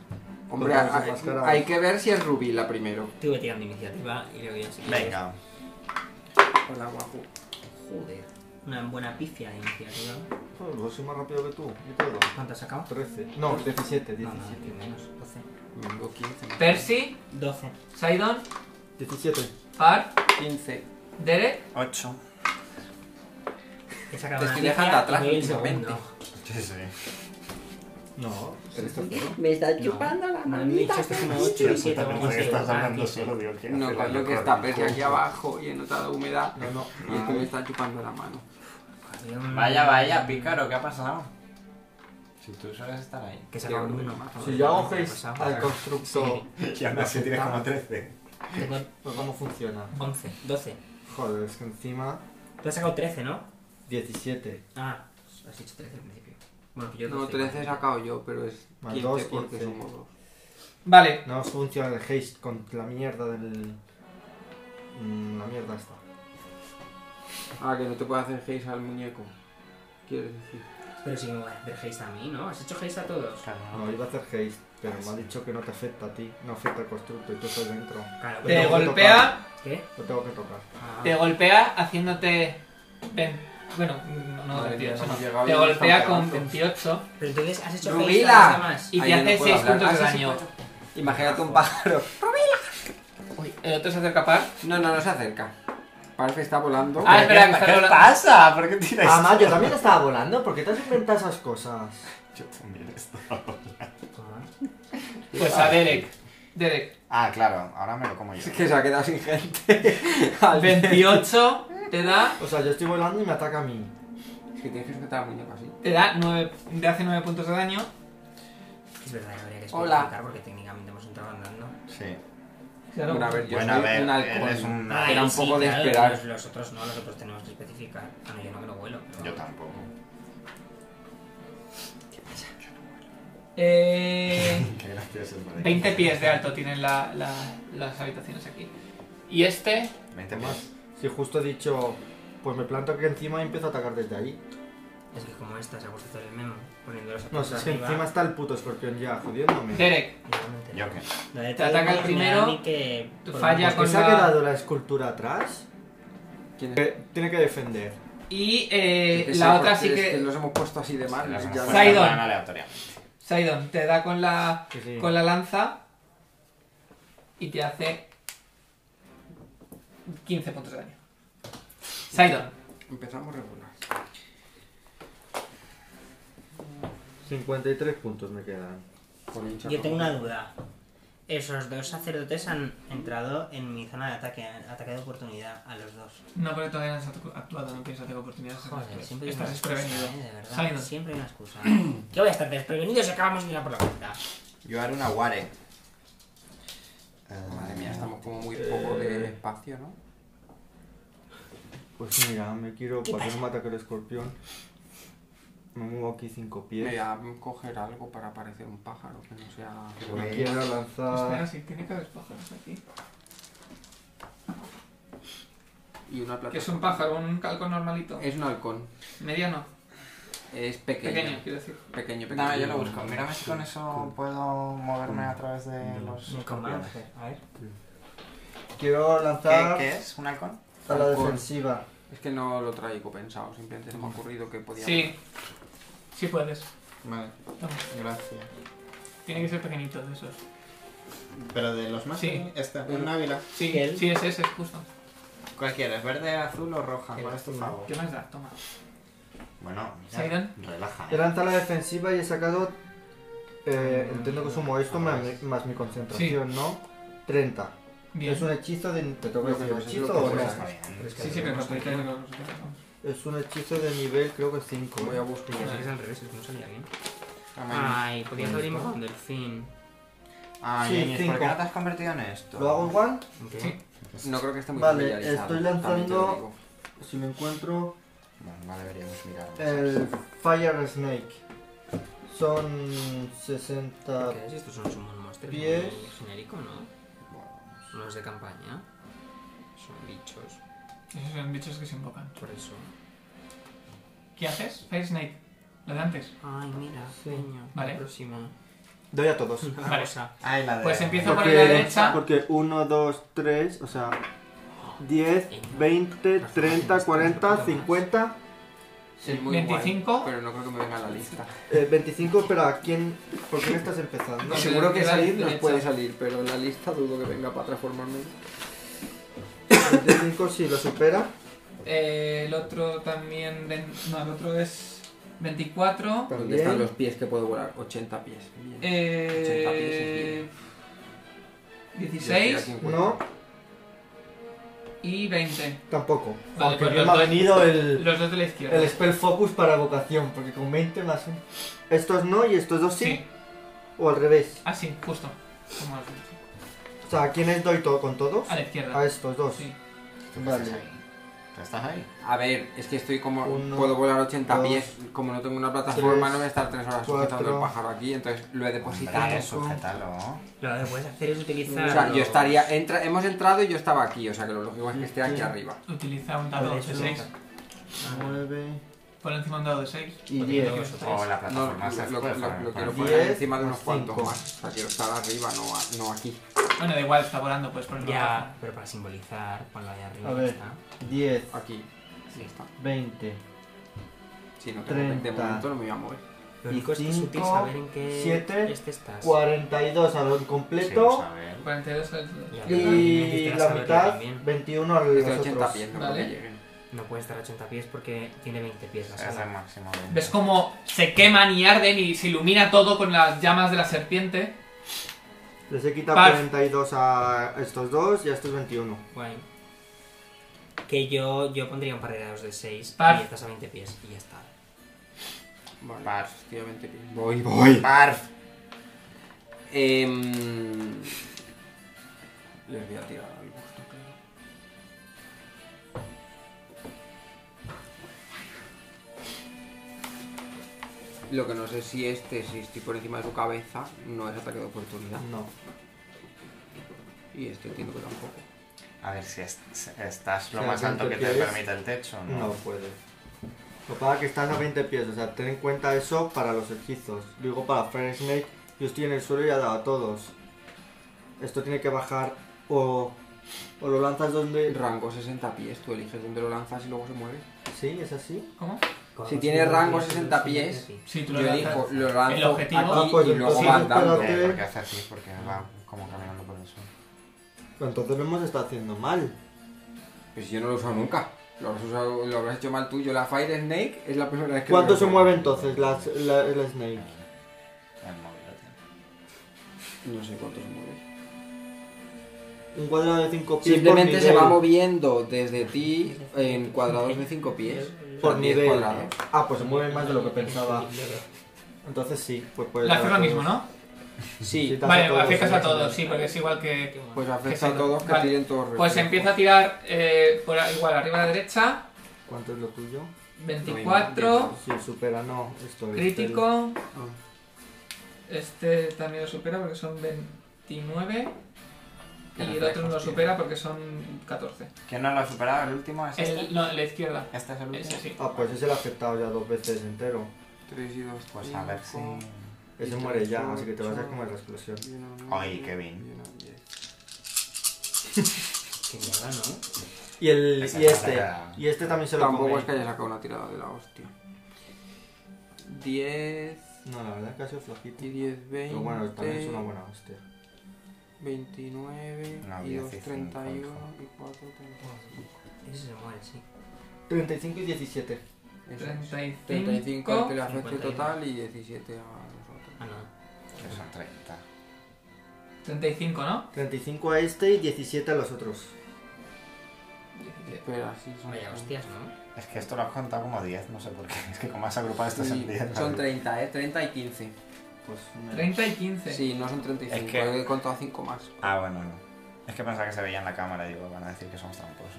[SPEAKER 1] Hombre,
[SPEAKER 5] Con su
[SPEAKER 1] hay,
[SPEAKER 5] máscara.
[SPEAKER 1] hay que ver si es Rubila primero.
[SPEAKER 3] Estuve tirando iniciativa y luego ya sí.
[SPEAKER 4] Venga.
[SPEAKER 1] Hola, guapo.
[SPEAKER 3] Joder. Una buena pifia de iniciativa.
[SPEAKER 5] Pues, yo soy más rápido que tú, y todo.
[SPEAKER 3] ¿Cuánto has sacado?
[SPEAKER 5] 13. No, 17,
[SPEAKER 3] No, no,
[SPEAKER 5] 17.
[SPEAKER 3] tío, menos. 12.
[SPEAKER 1] Tengo 15.
[SPEAKER 2] Percy,
[SPEAKER 3] 12.
[SPEAKER 2] Sidon,
[SPEAKER 5] 17.
[SPEAKER 2] Far,
[SPEAKER 1] 15.
[SPEAKER 2] Derek,
[SPEAKER 4] 8.
[SPEAKER 3] He sacado
[SPEAKER 1] Te
[SPEAKER 3] una
[SPEAKER 1] estoy
[SPEAKER 3] pifia
[SPEAKER 1] dejando atrás,
[SPEAKER 3] y doy el
[SPEAKER 1] últimamente.
[SPEAKER 3] segundo.
[SPEAKER 4] Sí, sí.
[SPEAKER 5] No, eres tercero.
[SPEAKER 6] Me está chupando
[SPEAKER 3] chupando
[SPEAKER 6] la
[SPEAKER 3] Me han dicho
[SPEAKER 6] manita.
[SPEAKER 3] esto es como 8 y 7.
[SPEAKER 4] También porque estás hablando solo, digo, ¿qué
[SPEAKER 1] No,
[SPEAKER 4] hace la
[SPEAKER 1] coño, que
[SPEAKER 4] loca
[SPEAKER 1] está
[SPEAKER 4] del
[SPEAKER 1] Percy aquí
[SPEAKER 4] culo?
[SPEAKER 1] abajo y he notado humedad.
[SPEAKER 5] No, Ah, no.
[SPEAKER 1] Y es que me está chupando la mano.
[SPEAKER 4] Vaya, vaya, pícaro, ¿qué ha pasado? Si tú sueles estar ahí.
[SPEAKER 3] Que he sacado un
[SPEAKER 1] Tío,
[SPEAKER 3] 1.
[SPEAKER 5] Si yo hago
[SPEAKER 3] Joder,
[SPEAKER 5] face
[SPEAKER 3] me ha
[SPEAKER 5] al
[SPEAKER 3] pasado.
[SPEAKER 5] constructo,
[SPEAKER 4] Y aún así tienes como 13.
[SPEAKER 3] Tengo
[SPEAKER 5] pues ¿cómo funciona?
[SPEAKER 3] 11, 12.
[SPEAKER 5] Joder, es que encima...
[SPEAKER 3] Tú has sacado 13, ¿no?
[SPEAKER 5] 17.
[SPEAKER 3] Ah, has dicho 13 al principio. Bueno, que yo
[SPEAKER 1] No, 13 he sacado yo, pero es
[SPEAKER 5] Más
[SPEAKER 1] 15
[SPEAKER 5] dos,
[SPEAKER 1] porque
[SPEAKER 5] 15.
[SPEAKER 1] somos dos.
[SPEAKER 2] Vale,
[SPEAKER 5] No funciona el haste con la mierda del... Mm, La mierda esta.
[SPEAKER 1] Ah, que no te puede hacer haze al muñeco. Quieres decir.
[SPEAKER 3] Pero si me voy a hacer haste a mí, ¿no? ¿Has hecho haste a todos?
[SPEAKER 5] No, iba a hacer haste, pero me ha dicho que no te afecta a ti. No afecta al constructo y tú estás dentro.
[SPEAKER 3] Claro,
[SPEAKER 5] Te
[SPEAKER 2] te
[SPEAKER 5] tengo
[SPEAKER 3] pero...
[SPEAKER 5] que
[SPEAKER 2] golpea,
[SPEAKER 3] ¿Qué?
[SPEAKER 5] Lo tengo que tocar.
[SPEAKER 3] Ah.
[SPEAKER 2] te golpea haciéndote. ven- bueno, no, no,
[SPEAKER 1] Madre
[SPEAKER 2] 28,
[SPEAKER 1] mía,
[SPEAKER 2] no.
[SPEAKER 1] hemos llegado
[SPEAKER 2] Te
[SPEAKER 1] y
[SPEAKER 2] golpea
[SPEAKER 1] nos han
[SPEAKER 2] con
[SPEAKER 1] pegado.
[SPEAKER 2] 28
[SPEAKER 3] Pero entonces has hecho haste a los
[SPEAKER 1] ¡Rubila!
[SPEAKER 3] demás.
[SPEAKER 2] y
[SPEAKER 1] Ahí yo
[SPEAKER 2] te hace
[SPEAKER 1] no puedo
[SPEAKER 2] 6
[SPEAKER 1] hablar.
[SPEAKER 2] puntos de
[SPEAKER 1] Ah, sí, sí
[SPEAKER 2] daño.
[SPEAKER 1] Imagínate un pájaro.
[SPEAKER 2] Uy, el otro se acerca a par.
[SPEAKER 1] No, no, no se acerca. Parece que está volando.
[SPEAKER 2] Ah, espera, que
[SPEAKER 4] ¿Qué
[SPEAKER 2] está volando.
[SPEAKER 4] pasa? ¿Por qué tiráis?
[SPEAKER 5] Además, Ah, yo también estaba volando. ¿Por qué te has inventado esas cosas?
[SPEAKER 4] Yo también estaba.
[SPEAKER 2] Pues
[SPEAKER 1] Ah,
[SPEAKER 2] a Derek. Derek,
[SPEAKER 4] Ah, claro, ahora me lo como yo.
[SPEAKER 1] Es que se ha quedado sin gente. Al
[SPEAKER 2] 28 te da,
[SPEAKER 5] O sea, yo estoy volando y me ataca a mí.
[SPEAKER 1] Es que tienes que sujetar al muñeco así.
[SPEAKER 2] te da 9, te hace 9 puntos de daño.
[SPEAKER 3] Es verdad, habría que
[SPEAKER 1] Hola.
[SPEAKER 3] explicar porque técnicamente hemos entrado andando.
[SPEAKER 4] Sí.
[SPEAKER 2] Claro.
[SPEAKER 1] Bueno, a ver, yo
[SPEAKER 4] Bueno, a
[SPEAKER 1] soy
[SPEAKER 4] ver,
[SPEAKER 1] un halcón.
[SPEAKER 4] él es un-
[SPEAKER 1] Era un
[SPEAKER 3] sí,
[SPEAKER 1] poco de
[SPEAKER 3] claro, Eh,
[SPEAKER 1] esperar.
[SPEAKER 3] Los, los otros no, los otros tenemos que especificar. Bueno, yo no me lo vuelo. Pero...
[SPEAKER 4] Yo tampoco.
[SPEAKER 2] Eh,
[SPEAKER 4] Qué gracioso es
[SPEAKER 2] 20 pies de alto tienen la- la- las habitaciones aquí. Y este,
[SPEAKER 4] 20
[SPEAKER 5] Además,
[SPEAKER 4] pies.
[SPEAKER 5] si justo he dicho, pues me planto aquí encima y empiezo a atacar desde ahí.
[SPEAKER 3] Es que como esta se ha puesto hacer el memo, poniéndolos a
[SPEAKER 5] No, si es que encima está el puto escorpión ya jodiéndome.
[SPEAKER 2] Derek,
[SPEAKER 4] Yo qué.
[SPEAKER 3] Te
[SPEAKER 2] ataca el primero,
[SPEAKER 3] que
[SPEAKER 2] tú
[SPEAKER 3] por
[SPEAKER 2] fallas. con
[SPEAKER 5] ¿Por qué se ha
[SPEAKER 2] la-
[SPEAKER 5] quedado la escultura atrás?
[SPEAKER 1] ¿Quién es?
[SPEAKER 5] Que tiene que defender.
[SPEAKER 2] y eh,
[SPEAKER 1] Que
[SPEAKER 2] la
[SPEAKER 1] sé,
[SPEAKER 2] otra
[SPEAKER 1] porque
[SPEAKER 2] sí
[SPEAKER 1] es
[SPEAKER 2] que...
[SPEAKER 1] los hemos puesto así de mal.
[SPEAKER 4] Las
[SPEAKER 1] ya
[SPEAKER 4] hemos
[SPEAKER 1] no-
[SPEAKER 4] puesto
[SPEAKER 2] Saidon.
[SPEAKER 4] en plan aleatoria.
[SPEAKER 2] Sidon, te da con la,
[SPEAKER 5] Sí, sí.
[SPEAKER 2] con la lanza y te hace 15 puntos de daño. Sidon,
[SPEAKER 1] Empezamos regular.
[SPEAKER 5] 53 puntos me quedan.
[SPEAKER 1] Con hincha
[SPEAKER 3] Yo tengo
[SPEAKER 1] roja.
[SPEAKER 3] una duda. Esos dos sacerdotes han entrado en mi zona de ataque, han ataque de oportunidad a los dos.
[SPEAKER 2] no, pero todavía no has actu- actuado, no piensas tener oportunidades.
[SPEAKER 3] Joder, siempre hay una
[SPEAKER 2] Estás
[SPEAKER 3] excusa,
[SPEAKER 2] desprevenido.
[SPEAKER 3] ¿eh? De verdad,
[SPEAKER 2] Sidon,
[SPEAKER 3] siempre hay una excusa. Yo voy a estar desprevenido si acabamos de ir a por la puerta.
[SPEAKER 4] Yo haré una ware.
[SPEAKER 1] Madre mía, estamos como muy poco de espacio, ¿no?
[SPEAKER 5] Pues mira, me quiero para que no me ataque el escorpión. Me muevo aquí 5
[SPEAKER 1] Me voy
[SPEAKER 5] pies.
[SPEAKER 1] a coger algo para parecer un pájaro, que no sea...
[SPEAKER 5] Me quiero
[SPEAKER 2] espera,
[SPEAKER 5] lanzar.
[SPEAKER 2] si tiene que haber pájaros aquí.
[SPEAKER 1] Y una plataforma.
[SPEAKER 2] Que es un pájaro, un calco normalito.
[SPEAKER 3] Eh,
[SPEAKER 1] Es un halcón.
[SPEAKER 2] Mediano,
[SPEAKER 1] Es pequeño.
[SPEAKER 2] pequeño, quiero decir.
[SPEAKER 1] Pequeño, pequeño.
[SPEAKER 4] Dame, yo lo busco. Mírame si con eso puedo moverme a través de los.
[SPEAKER 3] Ni con
[SPEAKER 4] escorpiones.
[SPEAKER 3] Mauser. A ver.
[SPEAKER 5] Quiero
[SPEAKER 4] ¿Qué,
[SPEAKER 5] lanzar
[SPEAKER 4] ¿Qué es? ¿Un halcón?
[SPEAKER 5] a la
[SPEAKER 1] Alcor.
[SPEAKER 5] defensiva.
[SPEAKER 1] Es que no lo traigo pensado, simplemente se me ha ocurrido que podía...
[SPEAKER 2] Sí, sí puedes.
[SPEAKER 4] Vale,
[SPEAKER 2] Toma.
[SPEAKER 4] gracias.
[SPEAKER 2] Tiene que ser pequeñito de esos.
[SPEAKER 4] Pero de los más.
[SPEAKER 2] Sí.
[SPEAKER 4] pequeños, Esta, un ávila.
[SPEAKER 2] Sí,
[SPEAKER 3] Miguel.
[SPEAKER 2] sí, es ese, es justo.
[SPEAKER 4] Cualquiera, ¿es verde, azul o roja? ¿Cuál es tu favor?
[SPEAKER 2] ¿Qué más da? Toma.
[SPEAKER 4] Bueno,
[SPEAKER 2] Sidon.
[SPEAKER 4] relaja. ¿eh?
[SPEAKER 5] He lanzado a la defensiva y he sacado eh, entiendo que sumo esto más, mi- más mi concentración, ¿no? 30.
[SPEAKER 2] Bien.
[SPEAKER 5] Es un hechizo de... ¿Te tengo que
[SPEAKER 1] Lo que
[SPEAKER 5] decir un
[SPEAKER 1] nos- lo que nos
[SPEAKER 5] hechizo o no?
[SPEAKER 1] está.
[SPEAKER 4] Pues Está bien.
[SPEAKER 2] Sí, sí, pero no podéis tener vosotros.
[SPEAKER 5] Es un hechizo de nivel, creo que ¿eh? 5.
[SPEAKER 1] Voy a buscar.
[SPEAKER 3] Pensé que es al revés, es que no salía bien.
[SPEAKER 4] Ah,
[SPEAKER 3] Ay, podías haber ido con delfín.
[SPEAKER 5] Sí,
[SPEAKER 4] Ay, niños, Ah, ¿por qué
[SPEAKER 5] cinco.
[SPEAKER 4] no te has convertido en esto?
[SPEAKER 5] ¿Lo hago igual?
[SPEAKER 3] Sí.
[SPEAKER 1] No creo que esté muy
[SPEAKER 5] Vale,
[SPEAKER 1] familiarizado,
[SPEAKER 5] estoy
[SPEAKER 1] también te lo
[SPEAKER 5] lanzando-
[SPEAKER 1] digo.
[SPEAKER 5] Si me encuentro
[SPEAKER 4] Bueno, no deberíamos mirar.
[SPEAKER 5] el Fire Snake. Son 60...
[SPEAKER 3] ¿Qué es? Estos son Summon Monsters. muy
[SPEAKER 5] Pies.
[SPEAKER 3] Genérico, ¿no?
[SPEAKER 4] Bueno,
[SPEAKER 3] No es de campaña. Son bichos.
[SPEAKER 2] Esos son bichos que se invocan.
[SPEAKER 3] Por eso.
[SPEAKER 2] ¿Qué haces? Fire Snake. Lo de antes.
[SPEAKER 3] Ay, mira,
[SPEAKER 5] Sí.
[SPEAKER 3] niño.
[SPEAKER 2] Vale.
[SPEAKER 3] Próxima.
[SPEAKER 5] Doy a todos.
[SPEAKER 2] Vale.
[SPEAKER 4] Ay, la de...
[SPEAKER 2] Pues empiezo por la
[SPEAKER 5] Porque,
[SPEAKER 2] derecha.
[SPEAKER 5] porque 1, 2, 3, o sea, 10, 20, 30, 40, 50,
[SPEAKER 1] Sí, muy
[SPEAKER 2] 25.
[SPEAKER 1] guay, pero no creo que me venga a la lista.
[SPEAKER 5] eh, 25, pero ¿a quién? ¿Por quién estás empezando?
[SPEAKER 2] No,
[SPEAKER 1] Seguro que
[SPEAKER 2] la
[SPEAKER 1] salir
[SPEAKER 2] derecha.
[SPEAKER 1] nos puede salir, pero en la lista dudo que venga para transformarme.
[SPEAKER 5] 25 si lo supera.
[SPEAKER 2] Eh, el otro también. ven- No, el otro es 24.
[SPEAKER 1] ¿Dónde
[SPEAKER 5] Bien.
[SPEAKER 1] están los pies que puedo volar? 80 pies. Bien.
[SPEAKER 2] Eh,
[SPEAKER 1] 16.
[SPEAKER 2] 16
[SPEAKER 5] No,
[SPEAKER 2] y 20.
[SPEAKER 5] tampoco.
[SPEAKER 2] Vale,
[SPEAKER 5] Porque
[SPEAKER 2] pues
[SPEAKER 5] bien
[SPEAKER 2] los
[SPEAKER 5] me ha
[SPEAKER 2] dos-
[SPEAKER 5] venido el,
[SPEAKER 2] Los dos de la izquierda.
[SPEAKER 5] el Spell Focus para vocación, porque con 20 más 1. Estos no y estos dos sí,
[SPEAKER 2] Sí.
[SPEAKER 5] o al revés.
[SPEAKER 2] Ah, sí, justo. Como has dicho.
[SPEAKER 5] O sea, ¿a quiénes doy todo con todos?
[SPEAKER 2] A la
[SPEAKER 5] A
[SPEAKER 2] izquierda.
[SPEAKER 5] estos dos.
[SPEAKER 2] Ah, Sí.
[SPEAKER 5] Vale.
[SPEAKER 4] ¿Tú estás ahí?
[SPEAKER 1] A ver, es que estoy como.
[SPEAKER 5] Uno,
[SPEAKER 1] puedo volar 80
[SPEAKER 5] dos,
[SPEAKER 1] pies. Como no tengo una plataforma,
[SPEAKER 5] tres,
[SPEAKER 1] no voy a estar 3 horas sujetando
[SPEAKER 5] cuatro.
[SPEAKER 1] el pájaro aquí, entonces lo he depositado.
[SPEAKER 4] Hombre, sujétalo.
[SPEAKER 3] Lo que puedes hacer es utilizar.
[SPEAKER 1] O sea,
[SPEAKER 3] los-
[SPEAKER 1] yo estaría. entra- hemos entrado y yo estaba aquí, o sea que lo lógico es que esté aquí
[SPEAKER 5] Sí.
[SPEAKER 1] arriba.
[SPEAKER 2] Utiliza un dado de
[SPEAKER 5] Derecho.
[SPEAKER 2] 6.
[SPEAKER 5] 9
[SPEAKER 2] Por encima un dado de 6.
[SPEAKER 5] y
[SPEAKER 3] Porque
[SPEAKER 5] 10.
[SPEAKER 3] los otros-
[SPEAKER 4] O Oh, la
[SPEAKER 1] No,
[SPEAKER 4] plataforma se
[SPEAKER 1] lo, lo-
[SPEAKER 4] puede
[SPEAKER 1] lo-
[SPEAKER 4] poner
[SPEAKER 1] lo
[SPEAKER 4] para-
[SPEAKER 1] quiero poner
[SPEAKER 5] Diez
[SPEAKER 1] encima de
[SPEAKER 5] más
[SPEAKER 1] unos cuantos
[SPEAKER 5] cinco.
[SPEAKER 1] más. O sea, quiero estar arriba, no, a- no aquí.
[SPEAKER 2] Bueno, da igual, está volando, pues por el
[SPEAKER 3] Ya, pero para simbolizar, ponlo ahí arriba.
[SPEAKER 5] A
[SPEAKER 3] y ya
[SPEAKER 5] ver.
[SPEAKER 3] está.
[SPEAKER 5] 10,
[SPEAKER 1] Aquí. Sí, está.
[SPEAKER 5] 20,
[SPEAKER 1] Si no tengo de
[SPEAKER 5] Treinta.
[SPEAKER 1] momento, no me voy a mover.
[SPEAKER 3] Lo único es que es útil
[SPEAKER 5] Cinco,
[SPEAKER 3] saber en qué.
[SPEAKER 5] siete,
[SPEAKER 3] este estás.
[SPEAKER 5] 42 al
[SPEAKER 4] Sí,
[SPEAKER 5] completo
[SPEAKER 4] a ver.
[SPEAKER 2] 42 al-
[SPEAKER 3] Ya.
[SPEAKER 5] y
[SPEAKER 3] Necesitarás
[SPEAKER 5] la
[SPEAKER 3] saberlo
[SPEAKER 5] mitad
[SPEAKER 3] también.
[SPEAKER 5] 21 al
[SPEAKER 1] Es de
[SPEAKER 5] los
[SPEAKER 1] 80
[SPEAKER 5] otros.
[SPEAKER 1] pies, no
[SPEAKER 2] Vale.
[SPEAKER 1] creo que lleguen.
[SPEAKER 3] No puede estar a 80 pies porque tiene 20 pies la
[SPEAKER 4] Es el
[SPEAKER 3] sala.
[SPEAKER 4] máximo. de-
[SPEAKER 2] Ves cómo se queman y arden y se ilumina todo con las llamas de la serpiente.
[SPEAKER 5] Les he quitado
[SPEAKER 2] Par.
[SPEAKER 5] 42 a estos dos y a estos 21.
[SPEAKER 3] Guay. Que yo, yo pondría un par de dados de 6
[SPEAKER 2] Par.
[SPEAKER 3] y estás a 20 pies y ya está.
[SPEAKER 1] Vale,
[SPEAKER 4] Par.
[SPEAKER 1] efectivamente. Voy, voy.
[SPEAKER 4] Parf.
[SPEAKER 1] Em, Les voy a tirar al gusto, creo. Lo que no sé si este, si estoy por encima de su cabeza, no es ataque de oportunidad.
[SPEAKER 5] No.
[SPEAKER 1] Y este entiendo que tampoco.
[SPEAKER 4] A ver si es- si estás lo
[SPEAKER 5] O sea,
[SPEAKER 4] más alto que
[SPEAKER 5] ¿cuánto
[SPEAKER 4] te
[SPEAKER 5] pies?
[SPEAKER 4] permite el techo,
[SPEAKER 5] No
[SPEAKER 4] ¿no? Eh,
[SPEAKER 5] puede. Lo que pasa es que estás a 20 pies, o sea, ten en cuenta eso para los hechizos. Digo, para Fire Snake, yo estoy en el suelo y ya he dado a todos. Esto tiene que bajar o, o lo lanzas donde...
[SPEAKER 1] Rango 60 pies, tú eliges dónde lo lanzas y luego se mueve.
[SPEAKER 5] Sí, es así.
[SPEAKER 2] ¿Cómo?
[SPEAKER 1] Si tiene rango 60 pies,
[SPEAKER 2] Sí, tú
[SPEAKER 1] Yo
[SPEAKER 2] lo
[SPEAKER 1] elijo,
[SPEAKER 2] lanzas.
[SPEAKER 1] lo lanzo
[SPEAKER 2] El objetivo.
[SPEAKER 1] aquí
[SPEAKER 5] Ah, pues
[SPEAKER 1] y luego
[SPEAKER 5] entonces
[SPEAKER 1] va
[SPEAKER 5] espérate.
[SPEAKER 1] andando.
[SPEAKER 4] Eh, porque hace así, porque va como caminando por el suelo.
[SPEAKER 5] Pero entonces lo hemos estado haciendo mal.
[SPEAKER 1] Pues yo no lo he usado nunca. Lo habrás, usado- lo habrás hecho mal tú. Yo la Fire Snake es la primera vez que...
[SPEAKER 5] ¿Cuánto
[SPEAKER 1] lo
[SPEAKER 5] se
[SPEAKER 1] veo.
[SPEAKER 5] mueve entonces la, la- la Snake?
[SPEAKER 4] Eh, El móvil lo tiene.
[SPEAKER 1] No sé cuánto se mueve.
[SPEAKER 5] Un cuadrado de 5 pies. por
[SPEAKER 1] Simplemente se
[SPEAKER 5] nivel.
[SPEAKER 1] va moviendo desde ti en cuadrados de 5 pies.
[SPEAKER 5] Por
[SPEAKER 1] O sea, 10
[SPEAKER 5] nivel.
[SPEAKER 1] cuadrados.
[SPEAKER 5] Ah, pues se mueve más de lo que pensaba. Entonces sí, pues puede.
[SPEAKER 2] Lo haces lo mismo, ¿no?
[SPEAKER 1] Sí,
[SPEAKER 5] te hace
[SPEAKER 2] Vale,
[SPEAKER 5] todo,
[SPEAKER 2] afectas
[SPEAKER 5] sí,
[SPEAKER 2] a
[SPEAKER 5] sí.
[SPEAKER 2] todos, sí, porque es igual que.
[SPEAKER 1] pues
[SPEAKER 2] Que sí,
[SPEAKER 1] afecta a todos que
[SPEAKER 2] vale.
[SPEAKER 1] tiren todos reflejos.
[SPEAKER 2] Pues empieza a tirar eh, por a- igual arriba a la derecha.
[SPEAKER 5] ¿Cuánto es lo tuyo?
[SPEAKER 2] 24.
[SPEAKER 5] Si supera, no. Esto es
[SPEAKER 2] Crítico.
[SPEAKER 1] Ah.
[SPEAKER 2] Este también lo supera porque son 29. Y
[SPEAKER 4] Qué
[SPEAKER 2] el otro no lo
[SPEAKER 4] reflejos
[SPEAKER 2] supera porque son 14.
[SPEAKER 4] ¿Quién no lo ha superado? ¿El último es este?
[SPEAKER 2] El, no, la izquierda.
[SPEAKER 4] ¿Este es el último?
[SPEAKER 2] Ese sí.
[SPEAKER 5] Ah, pues ese lo ha afectado ya dos veces entero.
[SPEAKER 1] 3 y 2.
[SPEAKER 4] Pues a ver si...
[SPEAKER 5] Ese muere ya, así que te vas a comer la explosión.
[SPEAKER 4] Ay, Kevin.
[SPEAKER 3] Que mierda, ¿no?
[SPEAKER 5] Y el
[SPEAKER 4] Esa
[SPEAKER 5] y
[SPEAKER 4] ya
[SPEAKER 5] este.
[SPEAKER 4] saca-
[SPEAKER 5] Y este también se lo
[SPEAKER 1] Tampoco
[SPEAKER 5] come.
[SPEAKER 1] es que haya sacado una tirada de la hostia. 10
[SPEAKER 5] No, la verdad es que ha sido flojito.
[SPEAKER 1] y 10, 20.
[SPEAKER 5] Pero bueno, también es una buena hostia.
[SPEAKER 1] 29
[SPEAKER 4] No,
[SPEAKER 1] y 2,
[SPEAKER 4] 15,
[SPEAKER 1] 31
[SPEAKER 4] hijo.
[SPEAKER 1] y 4, 30.
[SPEAKER 3] Ese se muere, sí.
[SPEAKER 5] 35 y 17.
[SPEAKER 1] Eso es. 35 al
[SPEAKER 2] 35.
[SPEAKER 1] que le afecte
[SPEAKER 3] 51.
[SPEAKER 1] total y 17 a los otros.
[SPEAKER 3] Ah, no.
[SPEAKER 4] 30.
[SPEAKER 2] 35, ¿no?
[SPEAKER 5] 35 a este y 17 a los otros.
[SPEAKER 1] Espera, sí, son.
[SPEAKER 3] Vaya hostias, ¿no?
[SPEAKER 4] Es que esto lo has contado como 10, no sé por qué. Es que como has agrupado estas en
[SPEAKER 1] Sí,
[SPEAKER 4] 10.
[SPEAKER 1] son
[SPEAKER 4] ¿no?
[SPEAKER 1] 30, ¿eh? 30 y 15.
[SPEAKER 5] Pues menos.
[SPEAKER 2] 30 y 15.
[SPEAKER 1] Sí, no son 35.
[SPEAKER 4] Es que-
[SPEAKER 1] He contado 5 más.
[SPEAKER 4] Ah, bueno, no. Es que pensaba que se veía en la cámara, digo, van a decir que somos tramposos.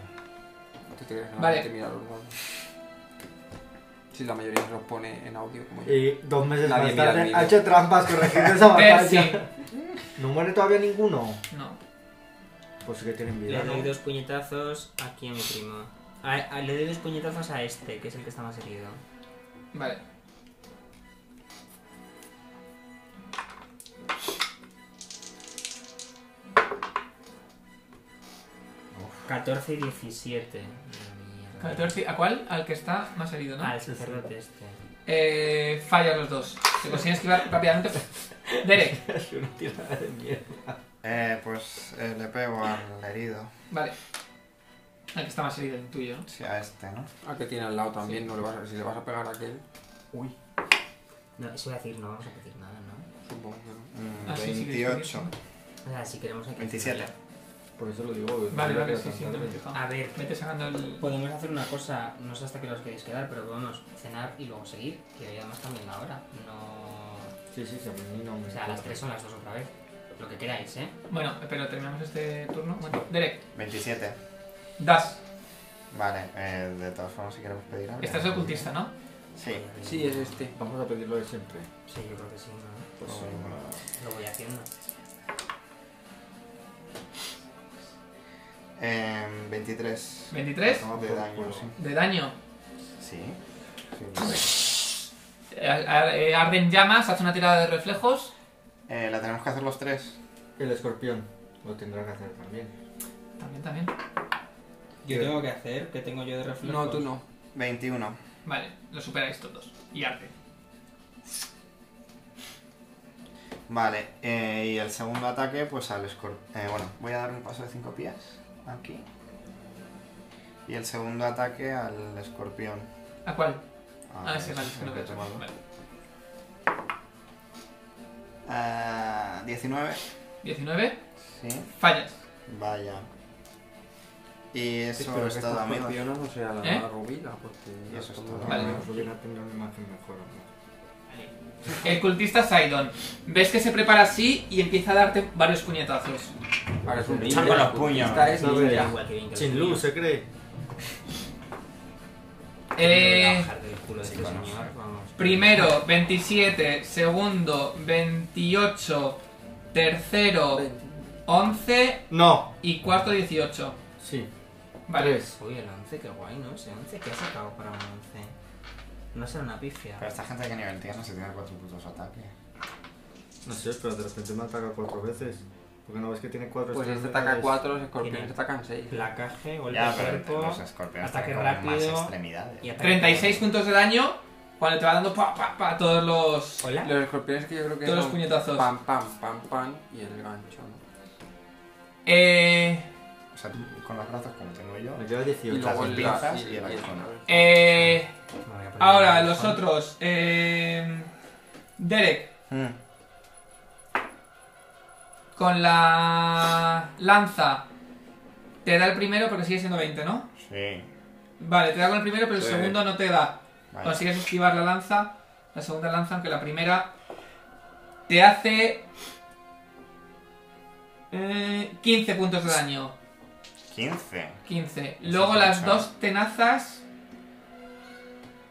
[SPEAKER 1] ¿Tú te crees que
[SPEAKER 2] Vale.
[SPEAKER 1] la gente mira los dados? Si la mayoría se los pone en audio, como yo.
[SPEAKER 5] Y dos meses
[SPEAKER 1] Nadie
[SPEAKER 5] más
[SPEAKER 1] mira el
[SPEAKER 5] tarde
[SPEAKER 1] vídeo.
[SPEAKER 5] ha hecho trampas corrigiendo esa batalla.
[SPEAKER 2] Percy.
[SPEAKER 5] ¿No muere todavía ninguno?
[SPEAKER 2] No.
[SPEAKER 5] Pues sí que tienen
[SPEAKER 3] Le
[SPEAKER 5] vida, ¿no?
[SPEAKER 3] doy dos puñetazos aquí a mi primo. A- a- le doy dos puñetazos a este, que es el que está más herido.
[SPEAKER 2] Vale.
[SPEAKER 4] Uf,
[SPEAKER 3] 14 y 17. Madre mía.
[SPEAKER 2] 14. ¿A cuál? Al que está más herido, ¿no?
[SPEAKER 3] Ah, el sacerdote este.
[SPEAKER 2] Eh, fallas los dos. Se consiguen esquivar rápidamente. Derek.
[SPEAKER 5] Es una tirada de mierda.
[SPEAKER 4] Eh, pues eh, le pego al herido.
[SPEAKER 2] Vale. El que está más herido, el tuyo, ¿no?
[SPEAKER 4] Sí, a este, ¿no?
[SPEAKER 1] Al Ah, que tiene al lado también, no le vas a, si le vas a pegar a aquel,
[SPEAKER 4] Uy.
[SPEAKER 3] No, eso iba a decir, no vamos a decir nada, ¿no?
[SPEAKER 1] supongo que no.
[SPEAKER 4] Mm,
[SPEAKER 2] Ah, sí, sí, que es
[SPEAKER 4] 28.
[SPEAKER 2] curioso.
[SPEAKER 3] O sea, si queremos hay que
[SPEAKER 4] 27.
[SPEAKER 3] decirlo.
[SPEAKER 5] Por eso lo digo. pues,
[SPEAKER 2] Vale,
[SPEAKER 5] no
[SPEAKER 2] vale,
[SPEAKER 5] era
[SPEAKER 2] sí,
[SPEAKER 5] tan
[SPEAKER 2] sí,
[SPEAKER 5] tarde.
[SPEAKER 2] no me he fijado.
[SPEAKER 3] A ver,
[SPEAKER 2] Vete sacando el.
[SPEAKER 3] podemos hacer una cosa, no sé hasta qué os queréis quedar, pero podemos cenar y luego seguir, que hoy además también la hora. No.
[SPEAKER 5] Sí, sí, sí, a mí no me...
[SPEAKER 3] O sea, a las 3 son las 2 otra vez. Lo que queráis, ¿eh?
[SPEAKER 2] Bueno, pero terminamos este turno. Bueno, Derek,
[SPEAKER 4] 27.
[SPEAKER 2] das.
[SPEAKER 4] Vale, eh, de todas formas, si queremos pedir algo.
[SPEAKER 2] Estás de ocultista, ¿no?
[SPEAKER 4] Sí.
[SPEAKER 1] Sí, es este.
[SPEAKER 5] Vamos a pedirlo de siempre.
[SPEAKER 3] Sí, yo creo que sí, ¿no?
[SPEAKER 5] Pues sí.
[SPEAKER 3] Lo voy haciendo.
[SPEAKER 4] Eh, 23.
[SPEAKER 2] 23
[SPEAKER 4] Tomo de daño, sí.
[SPEAKER 2] de daño.
[SPEAKER 4] Sí. sí.
[SPEAKER 2] Eh, ar- eh, Arden llamas, haz una tirada de reflejos.
[SPEAKER 4] Eh, ¿La tenemos que hacer los tres?
[SPEAKER 5] El escorpión lo tendrá que hacer también.
[SPEAKER 2] También, también.
[SPEAKER 5] Yo tengo
[SPEAKER 3] que hacer? ¿Qué tengo yo de reflejo?
[SPEAKER 1] No, tú no.
[SPEAKER 4] 21.
[SPEAKER 2] Vale, lo superáis todos. Y Arden.
[SPEAKER 4] Vale, eh, y el segundo ataque, pues al escorpión. bueno, voy a dar un paso de 5 pies. Aquí. Y el segundo ataque al escorpión.
[SPEAKER 2] ¿A cuál?
[SPEAKER 4] A
[SPEAKER 2] Ah,
[SPEAKER 4] ver,
[SPEAKER 2] ese vale, es que
[SPEAKER 4] el
[SPEAKER 2] no
[SPEAKER 4] que he
[SPEAKER 2] veo.
[SPEAKER 4] tomado.
[SPEAKER 2] Vale.
[SPEAKER 4] Ah, 19.
[SPEAKER 2] 19,
[SPEAKER 4] Sí.
[SPEAKER 2] fallas.
[SPEAKER 4] Vaya. Y eso
[SPEAKER 1] Sí, pero que
[SPEAKER 4] está
[SPEAKER 1] esta
[SPEAKER 4] dame-
[SPEAKER 1] escorpiona no sea la
[SPEAKER 2] ¿Eh?
[SPEAKER 1] rubila, porque...
[SPEAKER 4] Y eso está
[SPEAKER 1] todo-
[SPEAKER 4] dame-
[SPEAKER 2] Vale.
[SPEAKER 5] Nos hubiera tenido una imagen mejor. ¿no?
[SPEAKER 2] El cultista Sidon. Ves que se prepara así y empieza a darte varios puñetazos.
[SPEAKER 1] Ahora es un
[SPEAKER 5] Echan
[SPEAKER 1] ninja,
[SPEAKER 4] con los
[SPEAKER 1] el
[SPEAKER 4] puños.
[SPEAKER 1] cultista es
[SPEAKER 5] Sabe.
[SPEAKER 1] ninja.
[SPEAKER 3] Igual que bien que
[SPEAKER 5] Sin
[SPEAKER 3] lo
[SPEAKER 5] luz, ¿se cree?
[SPEAKER 3] Eh... Voy a
[SPEAKER 2] Eh,
[SPEAKER 3] bajar del culo de este
[SPEAKER 4] Sí,
[SPEAKER 3] señor,
[SPEAKER 4] vamos.
[SPEAKER 3] vamos.
[SPEAKER 2] primero 27, segundo 28, tercero 11
[SPEAKER 5] No.
[SPEAKER 2] y cuarto 18.
[SPEAKER 5] Sí.
[SPEAKER 2] Vale.
[SPEAKER 5] Tres.
[SPEAKER 3] Uy, el 11, qué guay, ¿no? Ese 11, ¿qué ha sacado para un 11? No será una pifia.
[SPEAKER 4] Pero esta gente de qué nivel tiene, si tiene cuatro putos ataques.
[SPEAKER 5] No sé, pero de repente me ataca cuatro veces. Porque no ves que tiene cuatro
[SPEAKER 1] Pues este
[SPEAKER 5] escorpiones.
[SPEAKER 1] ataca 4, los escorpiones
[SPEAKER 3] Tiene-
[SPEAKER 1] atacan 6.
[SPEAKER 3] Placaje, golpe
[SPEAKER 4] Ya,
[SPEAKER 3] al
[SPEAKER 4] pero
[SPEAKER 3] cuerpo.
[SPEAKER 4] los escorpiones
[SPEAKER 3] ataque
[SPEAKER 4] tienen como
[SPEAKER 3] rápido
[SPEAKER 4] más extremidades.
[SPEAKER 3] y ataque.
[SPEAKER 2] 36 puntos de daño cuando te va dando pa pa pa todos los.
[SPEAKER 3] Hola.
[SPEAKER 1] Los escorpiones que yo creo que
[SPEAKER 2] Todos los
[SPEAKER 1] son
[SPEAKER 2] puñetazos.
[SPEAKER 1] Pam, pam, pam, pam y el gancho, ¿no?
[SPEAKER 2] Eh.
[SPEAKER 4] O sea, con los brazos como tengo yo.
[SPEAKER 5] Me queda
[SPEAKER 1] Y
[SPEAKER 5] 18.
[SPEAKER 4] luego
[SPEAKER 1] el
[SPEAKER 4] las pinzas
[SPEAKER 1] la-
[SPEAKER 4] y el aguijón.
[SPEAKER 2] Eh.
[SPEAKER 3] Me voy a poner
[SPEAKER 2] Ahora,
[SPEAKER 3] el
[SPEAKER 2] los
[SPEAKER 3] iPhone.
[SPEAKER 2] otros. Eh, Derek,
[SPEAKER 4] Mm.
[SPEAKER 2] con la lanza. Te da el primero porque sigue siendo 20, ¿no?
[SPEAKER 4] Sí.
[SPEAKER 2] Vale, te da con el primero, pero el
[SPEAKER 4] Sí.
[SPEAKER 2] segundo no te da.
[SPEAKER 4] Vale.
[SPEAKER 2] Consigues esquivar la lanza. La segunda lanza, aunque la primera. Te hace. eh, 15 puntos de daño.
[SPEAKER 4] 15.
[SPEAKER 2] 15.
[SPEAKER 4] Es
[SPEAKER 2] Luego las
[SPEAKER 4] interesante.
[SPEAKER 2] dos tenazas.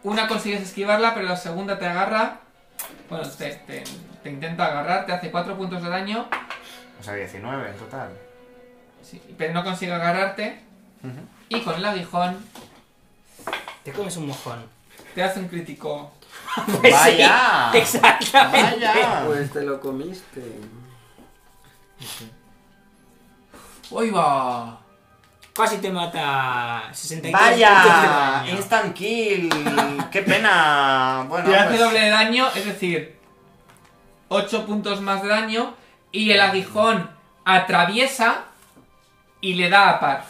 [SPEAKER 2] Una consigues esquivarla, pero la segunda te agarra. Bueno, te, te- te intenta agarrar, te hace 4 puntos de daño.
[SPEAKER 4] O sea, 19 en total.
[SPEAKER 2] sí, pero no consigue agarrarte.
[SPEAKER 4] Ujú.
[SPEAKER 2] Y con el aguijón
[SPEAKER 3] Te comes un mojón.
[SPEAKER 2] te hace un crítico.
[SPEAKER 4] ¡Vaya!
[SPEAKER 3] Exactamente.
[SPEAKER 4] ¡Vaya!
[SPEAKER 1] Pues te lo comiste.
[SPEAKER 2] ¡Uy, va!
[SPEAKER 3] Casi te mata. 63 puntos de
[SPEAKER 4] ¡Vaya!
[SPEAKER 3] daño.
[SPEAKER 4] ¡Instant kill! ¡Qué pena! Bueno,
[SPEAKER 2] Te hace
[SPEAKER 4] pues-
[SPEAKER 2] doble de daño, es decir, 8 puntos más de daño. Y el aguijón atraviesa y le da a par.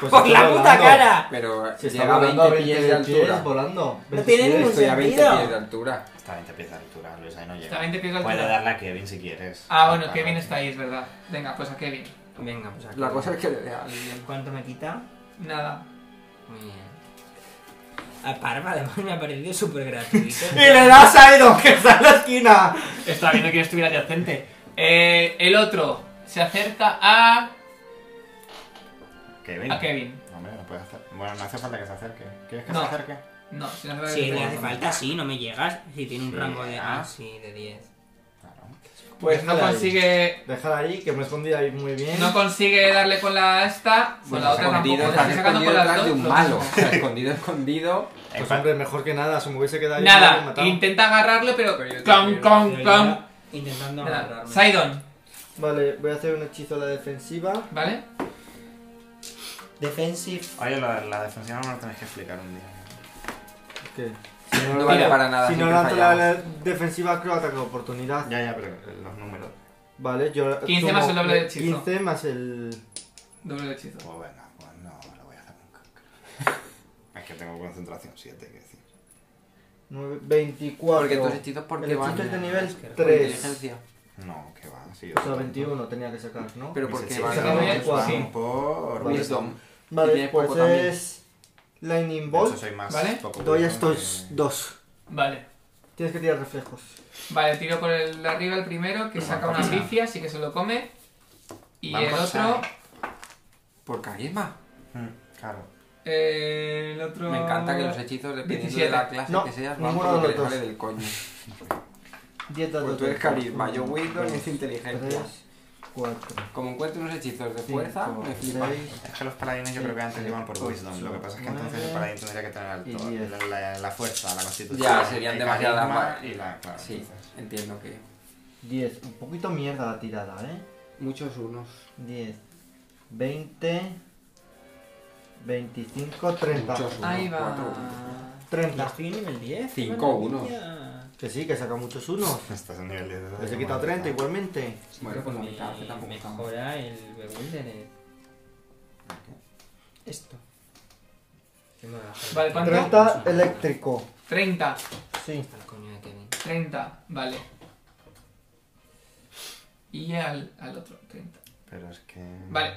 [SPEAKER 5] Pues
[SPEAKER 3] ¡Por
[SPEAKER 5] estoy
[SPEAKER 3] la
[SPEAKER 5] volando.
[SPEAKER 3] puta cara!
[SPEAKER 1] Pero
[SPEAKER 5] Se está
[SPEAKER 1] llega a
[SPEAKER 5] volando a
[SPEAKER 1] 20 pies
[SPEAKER 5] 20
[SPEAKER 1] de altura.
[SPEAKER 5] volando.
[SPEAKER 6] No tiene ningún
[SPEAKER 1] Estoy a 20
[SPEAKER 6] sentido.
[SPEAKER 1] pies de altura.
[SPEAKER 4] Está a 20 pies de altura, Luis, ahí no llega.
[SPEAKER 2] Está a 20 pies de
[SPEAKER 4] Puede
[SPEAKER 2] altura.
[SPEAKER 4] darle a Kevin si quieres.
[SPEAKER 2] Ah, bueno,
[SPEAKER 4] Ah,
[SPEAKER 2] Kevin
[SPEAKER 4] no.
[SPEAKER 2] está ahí, es verdad. Venga, pues a Kevin.
[SPEAKER 3] Venga, pues aquí.
[SPEAKER 1] La cosa es que le dé a
[SPEAKER 3] ¿Cuánto me quita?
[SPEAKER 2] Nada.
[SPEAKER 3] Muy bien. A Parva además me ha parecido súper gratuito.
[SPEAKER 5] ¡Y le das a Edo, que está en la esquina!
[SPEAKER 2] Estaba viendo que yo estuviera adyacente. Eh, el otro se acerca a,
[SPEAKER 4] Kevin.
[SPEAKER 2] a Kevin.
[SPEAKER 4] Hombre, no puede hacer. Bueno, no hace falta que se acerque. ¿Quieres que
[SPEAKER 2] No.
[SPEAKER 4] se acerque?
[SPEAKER 2] No, si no se va a
[SPEAKER 3] Si le hace
[SPEAKER 2] ver.
[SPEAKER 3] falta, sí, no me llegas. Si tiene un
[SPEAKER 4] Sí,
[SPEAKER 3] rango de. Ah,
[SPEAKER 4] ah.
[SPEAKER 3] sí, de 10.
[SPEAKER 4] Claro.
[SPEAKER 2] Pues no
[SPEAKER 5] Déjala ahí.
[SPEAKER 2] consigue.
[SPEAKER 5] Déjala ahí, que me he escondido ahí muy bien.
[SPEAKER 2] No consigue darle con la esta, con
[SPEAKER 1] Bueno,
[SPEAKER 2] la otra
[SPEAKER 1] escondido,
[SPEAKER 2] tampoco.
[SPEAKER 1] estás
[SPEAKER 2] Está sacando con
[SPEAKER 1] escondido
[SPEAKER 2] las
[SPEAKER 1] detrás
[SPEAKER 2] dos.
[SPEAKER 1] de un
[SPEAKER 2] lo
[SPEAKER 1] malo.
[SPEAKER 2] mismo.
[SPEAKER 1] escondido, escondido.
[SPEAKER 4] Eh,
[SPEAKER 5] Pues
[SPEAKER 4] pa-
[SPEAKER 5] hombre, mejor que nada, si me hubiese quedado ahí me hubiese
[SPEAKER 2] Nada,
[SPEAKER 5] matado.
[SPEAKER 2] intenta agarrarlo, pero.
[SPEAKER 1] Pero yo te
[SPEAKER 2] Clon,
[SPEAKER 1] quiero.
[SPEAKER 2] clon,
[SPEAKER 3] Pero
[SPEAKER 2] clon.
[SPEAKER 3] ya Intentando
[SPEAKER 2] Nada.
[SPEAKER 3] agarrarme.
[SPEAKER 2] Sidon,
[SPEAKER 5] Vale, voy a hacer un hechizo a la defensiva.
[SPEAKER 2] ¿vale?
[SPEAKER 6] Defensive.
[SPEAKER 4] Oye, la, la defensiva no me lo tenéis que explicar un día.
[SPEAKER 5] Que si
[SPEAKER 1] No vale
[SPEAKER 5] lanzo-
[SPEAKER 1] para nada,
[SPEAKER 5] Si no
[SPEAKER 1] siempre
[SPEAKER 5] lanzo la, la defensiva, creo ataque de oportunidad.
[SPEAKER 4] Ya, ya, pero eh, los números.
[SPEAKER 5] Vale, yo.
[SPEAKER 2] 15
[SPEAKER 5] sumo
[SPEAKER 2] más el doble de hechizo.
[SPEAKER 5] 15 más el.
[SPEAKER 2] Doble de hechizo.
[SPEAKER 4] Pues venga, pues no lo voy a hacer nunca. es que tengo concentración 7, que decir.
[SPEAKER 5] nueve- 24.
[SPEAKER 1] Porque tus hechizos,
[SPEAKER 5] El
[SPEAKER 1] porque
[SPEAKER 5] hechizo
[SPEAKER 1] van?
[SPEAKER 5] es de
[SPEAKER 1] con
[SPEAKER 5] nivel
[SPEAKER 3] que-
[SPEAKER 5] 3.
[SPEAKER 1] Inteligencia.
[SPEAKER 4] No, que va, sí.
[SPEAKER 5] O sea, 21 tenía que sacar, ¿no?
[SPEAKER 1] Pero
[SPEAKER 4] Mis
[SPEAKER 1] porque
[SPEAKER 4] hechizos
[SPEAKER 5] se
[SPEAKER 1] van
[SPEAKER 5] acabó
[SPEAKER 4] van
[SPEAKER 5] el cuadro.
[SPEAKER 4] por
[SPEAKER 5] Vale.
[SPEAKER 1] Wisdom.
[SPEAKER 5] Vale,
[SPEAKER 1] tienes
[SPEAKER 5] pues
[SPEAKER 1] poco también.
[SPEAKER 5] es. Lightning
[SPEAKER 4] De hecho,
[SPEAKER 5] Bolt.
[SPEAKER 4] soy más
[SPEAKER 2] ¿Vale?
[SPEAKER 4] poco
[SPEAKER 5] Doy a
[SPEAKER 4] wisdom
[SPEAKER 5] estos
[SPEAKER 4] que-
[SPEAKER 5] dos.
[SPEAKER 2] Vale.
[SPEAKER 5] Tienes que tirar reflejos.
[SPEAKER 2] Vale, tiro por el de arriba el primero, que saca una pifia, así que se lo come. Y el
[SPEAKER 4] Vamos a-
[SPEAKER 2] otro.
[SPEAKER 1] Por carisma.
[SPEAKER 4] Mm, Claro.
[SPEAKER 2] eh, el otro.
[SPEAKER 1] Me encanta que los hechizos, dependiendo de
[SPEAKER 2] 17.
[SPEAKER 1] la clase
[SPEAKER 5] No,
[SPEAKER 1] que seas, van
[SPEAKER 5] ninguno
[SPEAKER 1] por lo
[SPEAKER 5] de
[SPEAKER 1] que les
[SPEAKER 5] los dos.
[SPEAKER 1] sale del coño.
[SPEAKER 5] 10 dados.
[SPEAKER 1] Pues tú eres carisma, yo wisdom y es inteligencia.
[SPEAKER 5] 4.
[SPEAKER 1] Como encuentro unos hechizos de fuerza, me flipa.
[SPEAKER 5] 6.
[SPEAKER 4] Es que los paladines yo
[SPEAKER 5] Sí,
[SPEAKER 4] creo que antes
[SPEAKER 5] sí,
[SPEAKER 4] iban por
[SPEAKER 5] ocho,
[SPEAKER 4] wisdom. Lo que pasa es que
[SPEAKER 5] nueve,
[SPEAKER 4] entonces el paladín tendría que tener
[SPEAKER 5] y
[SPEAKER 4] alto,
[SPEAKER 5] diez.
[SPEAKER 4] la, la- la fuerza, la constitución.
[SPEAKER 1] Ya, serían
[SPEAKER 4] el
[SPEAKER 1] demasiadas
[SPEAKER 4] carisma
[SPEAKER 1] más.
[SPEAKER 4] Y la, claro,
[SPEAKER 1] Sí,
[SPEAKER 4] entonces.
[SPEAKER 1] entiendo que.
[SPEAKER 5] 10. Un poquito mierda la tirada, ¿eh?
[SPEAKER 1] Muchos unos.
[SPEAKER 5] 10. 20. 25, 30.
[SPEAKER 1] Muchos
[SPEAKER 2] Ahí
[SPEAKER 1] unos.
[SPEAKER 2] va.
[SPEAKER 1] Cuatro unos.
[SPEAKER 5] 30.
[SPEAKER 3] Estoy en nivel 10.
[SPEAKER 1] Cinco, uno.
[SPEAKER 3] maravilla.
[SPEAKER 5] Que sí, que saca muchos unos.
[SPEAKER 4] Estás en este nivel 10. de-
[SPEAKER 5] Les he quitado 30 igualmente.
[SPEAKER 1] Bueno, pues la
[SPEAKER 3] Me
[SPEAKER 1] mitad, que tampoco está mal.
[SPEAKER 3] Mejora el Bewildered. Esto. Yo me voy a bajar
[SPEAKER 2] Vale,
[SPEAKER 3] el
[SPEAKER 2] ¿cuánto?
[SPEAKER 5] 30 eléctrico.
[SPEAKER 2] 30,
[SPEAKER 5] Sí.
[SPEAKER 3] Hasta el coño de Kevin.
[SPEAKER 2] 30, vale. Y al, al otro, 30.
[SPEAKER 4] Pero es que.
[SPEAKER 2] Vale.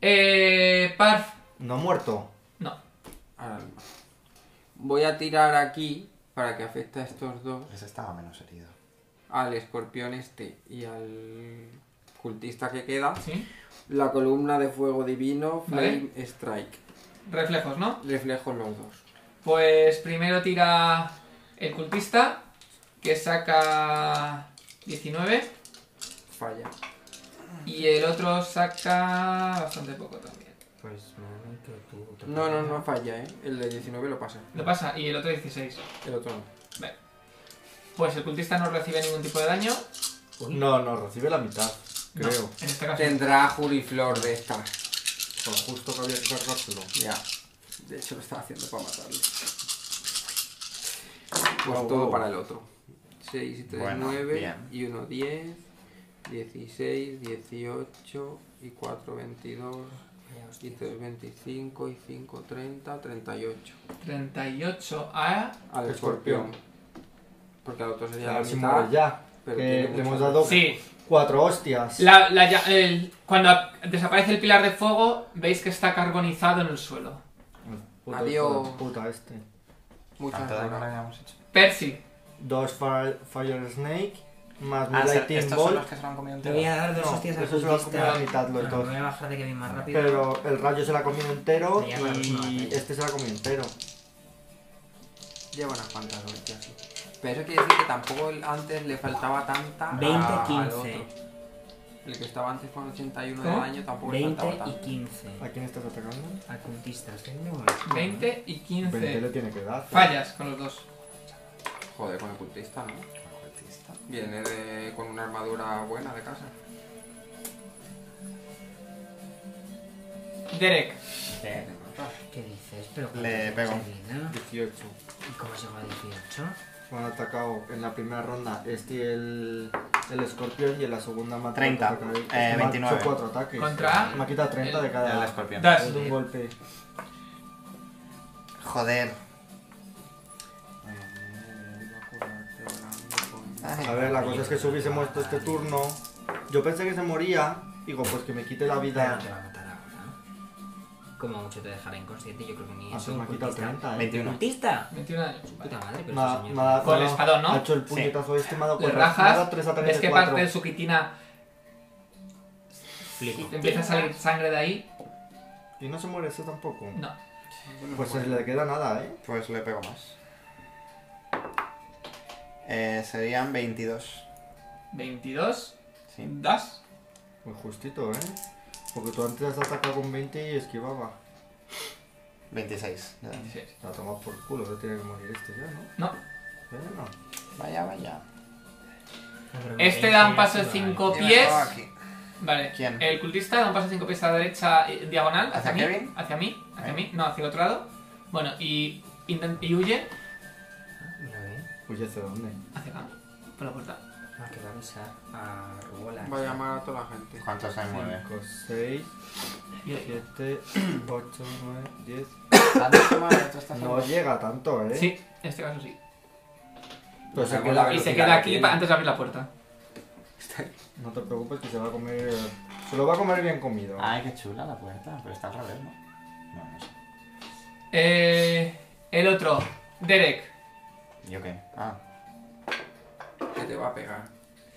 [SPEAKER 2] Eh, Parf.
[SPEAKER 5] No ha muerto.
[SPEAKER 2] No.
[SPEAKER 1] Ahora mismo. Voy a tirar aquí para que afecte a estos dos.
[SPEAKER 4] Ese estaba menos herido.
[SPEAKER 1] Al escorpión este y al cultista que queda.
[SPEAKER 2] ¿Sí?
[SPEAKER 1] La columna de fuego divino, Flame
[SPEAKER 2] Vale.
[SPEAKER 1] Strike.
[SPEAKER 2] Reflejos, ¿no?
[SPEAKER 1] Reflejo los dos.
[SPEAKER 2] Pues primero tira el cultista, que saca 19.
[SPEAKER 1] Falla.
[SPEAKER 2] Y el otro saca bastante poco también.
[SPEAKER 3] Pues me voy que tú. te
[SPEAKER 1] No, no, no falla, ¿eh? El de 19 lo pasa.
[SPEAKER 2] Lo pasa, y el otro 16.
[SPEAKER 1] El otro no.
[SPEAKER 2] Vale. Pues el cultista no recibe ningún tipo de daño.
[SPEAKER 5] No, no, recibe la mitad.
[SPEAKER 2] No,
[SPEAKER 5] Creo.
[SPEAKER 2] en este caso.
[SPEAKER 1] Tendrá juriflor de esta.
[SPEAKER 5] Por justo que había que cargárselo.
[SPEAKER 1] Ya. De hecho lo estaba haciendo para matarlo. Pues
[SPEAKER 5] Wow,
[SPEAKER 1] todo
[SPEAKER 5] wow.
[SPEAKER 1] para el otro. 6 y 3,
[SPEAKER 4] Bueno,
[SPEAKER 1] 9
[SPEAKER 4] bien.
[SPEAKER 1] y 1, 10, 16, 18 y 4, 22
[SPEAKER 3] Vaya hostia.
[SPEAKER 1] y 3, 25 y 5, 30, 38.
[SPEAKER 2] 38 a.
[SPEAKER 1] Al
[SPEAKER 5] Escorpión.
[SPEAKER 1] escorpión. Porque al otro sería
[SPEAKER 5] A
[SPEAKER 1] la
[SPEAKER 5] ver si muere
[SPEAKER 1] mitad.
[SPEAKER 5] ya. Que
[SPEAKER 1] pero tiene
[SPEAKER 5] le
[SPEAKER 1] mucho
[SPEAKER 5] hemos
[SPEAKER 1] daño.
[SPEAKER 5] dado
[SPEAKER 2] Sí,
[SPEAKER 5] cuatro hostias.
[SPEAKER 2] La- la lla- el- cuando desaparece el pilar de fuego, veis que está carbonizado en el suelo.
[SPEAKER 5] Puto
[SPEAKER 1] Adiós.
[SPEAKER 5] hijo de Puta este.
[SPEAKER 1] Muchas
[SPEAKER 4] ¿Cuánto daño le
[SPEAKER 1] gracias.
[SPEAKER 4] habíamos hecho?
[SPEAKER 2] Percy,
[SPEAKER 5] Dos Fire, Fire Snake. Más mi
[SPEAKER 4] Ah, ser-
[SPEAKER 5] Lightning
[SPEAKER 4] estos son
[SPEAKER 5] Bolt.
[SPEAKER 4] los que se lo han comido
[SPEAKER 3] Te voy
[SPEAKER 4] entero.
[SPEAKER 3] a dar dos
[SPEAKER 5] No,
[SPEAKER 3] hostias al
[SPEAKER 5] eso se lo han comido
[SPEAKER 3] cultista.
[SPEAKER 5] a la mitad los
[SPEAKER 3] No,
[SPEAKER 5] dos.
[SPEAKER 3] Me voy a bajar de Kevin más rápido.
[SPEAKER 5] Pero el rayo se la comió entero
[SPEAKER 3] Ya, claro, no, no, no.
[SPEAKER 5] y este se la comió entero.
[SPEAKER 1] Lleva unas cuantas hostias. sí. Pero eso quiere decir que tampoco el- antes le faltaba tanta. a-
[SPEAKER 3] 20,
[SPEAKER 1] al
[SPEAKER 3] 15.
[SPEAKER 1] otro. El que estaba antes con 81
[SPEAKER 2] ¿Cómo?
[SPEAKER 1] de daño tampoco le
[SPEAKER 3] 20
[SPEAKER 1] faltaba
[SPEAKER 3] y
[SPEAKER 1] tanto.
[SPEAKER 3] 15.
[SPEAKER 5] ¿A quién estás atacando?
[SPEAKER 3] A cultistas. Tengo un-
[SPEAKER 2] 20 y 15.
[SPEAKER 5] 20 le tiene que dar.
[SPEAKER 2] Fallas con los dos.
[SPEAKER 1] Joder, con el cultista, ¿no? Viene de, con una armadura buena de casa.
[SPEAKER 2] Derek,
[SPEAKER 3] ¿Qué dices? Pero
[SPEAKER 4] Le
[SPEAKER 3] joder,
[SPEAKER 4] pego.
[SPEAKER 3] Kevin, ¿no?
[SPEAKER 5] 18.
[SPEAKER 3] ¿Y cómo llegó a 18?
[SPEAKER 5] Me han atacado en la primera ronda este y el el escorpión y en la segunda mata.
[SPEAKER 4] 30,
[SPEAKER 5] contra cada-
[SPEAKER 4] eh,
[SPEAKER 5] es que Este me ha
[SPEAKER 4] 29.
[SPEAKER 5] hecho cuatro ataques.
[SPEAKER 2] Contra- Ah,
[SPEAKER 5] Me quita 30 de cada.
[SPEAKER 4] El escorpión.
[SPEAKER 2] Das.
[SPEAKER 5] de un golpe.
[SPEAKER 4] Joder.
[SPEAKER 5] A ver, la cosa es que si hubiésemos muerto este turno. Yo pensé que se moría. Digo, pues que me quite
[SPEAKER 3] Pero
[SPEAKER 5] la
[SPEAKER 3] no
[SPEAKER 5] vida.
[SPEAKER 3] te va a matar ahora. Como mucho te dejará inconsciente, yo creo que ni
[SPEAKER 5] Ah,
[SPEAKER 3] eso.
[SPEAKER 5] pues me
[SPEAKER 3] un
[SPEAKER 5] ha quitado
[SPEAKER 3] cultista.
[SPEAKER 5] 30, eh.
[SPEAKER 4] 21.
[SPEAKER 3] ¡Cultista!
[SPEAKER 2] 21 daños.
[SPEAKER 3] Puta madre, pero
[SPEAKER 5] Me ha-
[SPEAKER 3] este
[SPEAKER 5] me
[SPEAKER 3] señor-
[SPEAKER 5] ha dado-
[SPEAKER 2] Con el
[SPEAKER 5] me ha-
[SPEAKER 2] espadón, ¿no?
[SPEAKER 5] Ha hecho el puñetazo este, me ha dado
[SPEAKER 2] Le
[SPEAKER 5] cuatro- me ha dado
[SPEAKER 2] rajas,
[SPEAKER 5] tres ataques
[SPEAKER 2] ves
[SPEAKER 5] de
[SPEAKER 2] que
[SPEAKER 5] cuatro.
[SPEAKER 2] parte de su quitina
[SPEAKER 3] Flipo.
[SPEAKER 2] te empieza a salir sangre de ahí.
[SPEAKER 5] Y no se muere ese tampoco.
[SPEAKER 2] No.
[SPEAKER 5] Pues se le queda nada, ¿eh?
[SPEAKER 4] Pues le pego más. Eh, serían 22.
[SPEAKER 2] 22.
[SPEAKER 4] Sí.
[SPEAKER 2] Das.
[SPEAKER 5] Muy justito, ¿eh? Porque tú antes has atacado con 20 y esquivaba.
[SPEAKER 4] 26. de daño.
[SPEAKER 2] 26.
[SPEAKER 5] La toma por culo, se tiene que morir este ya, ¿no?
[SPEAKER 2] No.
[SPEAKER 5] Bueno.
[SPEAKER 4] Vaya, vaya.
[SPEAKER 2] Este da un paso de 5
[SPEAKER 4] Yo me
[SPEAKER 2] pies.
[SPEAKER 4] pongo aquí.
[SPEAKER 2] Vale.
[SPEAKER 4] ¿Quién?
[SPEAKER 2] El cultista da un paso de 5 pies a la derecha eh, diagonal. ¿Hacia,
[SPEAKER 4] ¿Hacia
[SPEAKER 2] mí?
[SPEAKER 4] Kevin?
[SPEAKER 2] Hacia mí. Hacia
[SPEAKER 4] Ahí.
[SPEAKER 2] mí. No, hacia el otro lado. Bueno, y, inten- y huye
[SPEAKER 3] Mira, eh.
[SPEAKER 5] Pues ya sé dónde.
[SPEAKER 2] hacia acá. Por la puerta.
[SPEAKER 3] Ah, que va a avisar a Rubola.
[SPEAKER 6] Va a llamar a toda la gente.
[SPEAKER 4] ¿Cuántos se mueve?
[SPEAKER 5] 5, 6,
[SPEAKER 2] Y-
[SPEAKER 5] 7, 8, 9, 10. No
[SPEAKER 4] Ah, No,
[SPEAKER 5] llega tanto, ¿eh?
[SPEAKER 2] Sí, en este caso sí.
[SPEAKER 5] Pero se
[SPEAKER 1] Con
[SPEAKER 5] queda-
[SPEAKER 1] la
[SPEAKER 2] Y se
[SPEAKER 1] velocidad
[SPEAKER 2] queda
[SPEAKER 1] que
[SPEAKER 2] aquí
[SPEAKER 1] tiene.
[SPEAKER 2] pa- antes de abrir la puerta.
[SPEAKER 5] No te preocupes que se va a comer. Se lo va a comer bien comido.
[SPEAKER 4] Ay, qué chula la puerta, pero está al revés, ¿no? No, no sé.
[SPEAKER 2] Eh, el otro, Derek.
[SPEAKER 4] ¿Yo qué? Ah,
[SPEAKER 6] Que te va a pegar.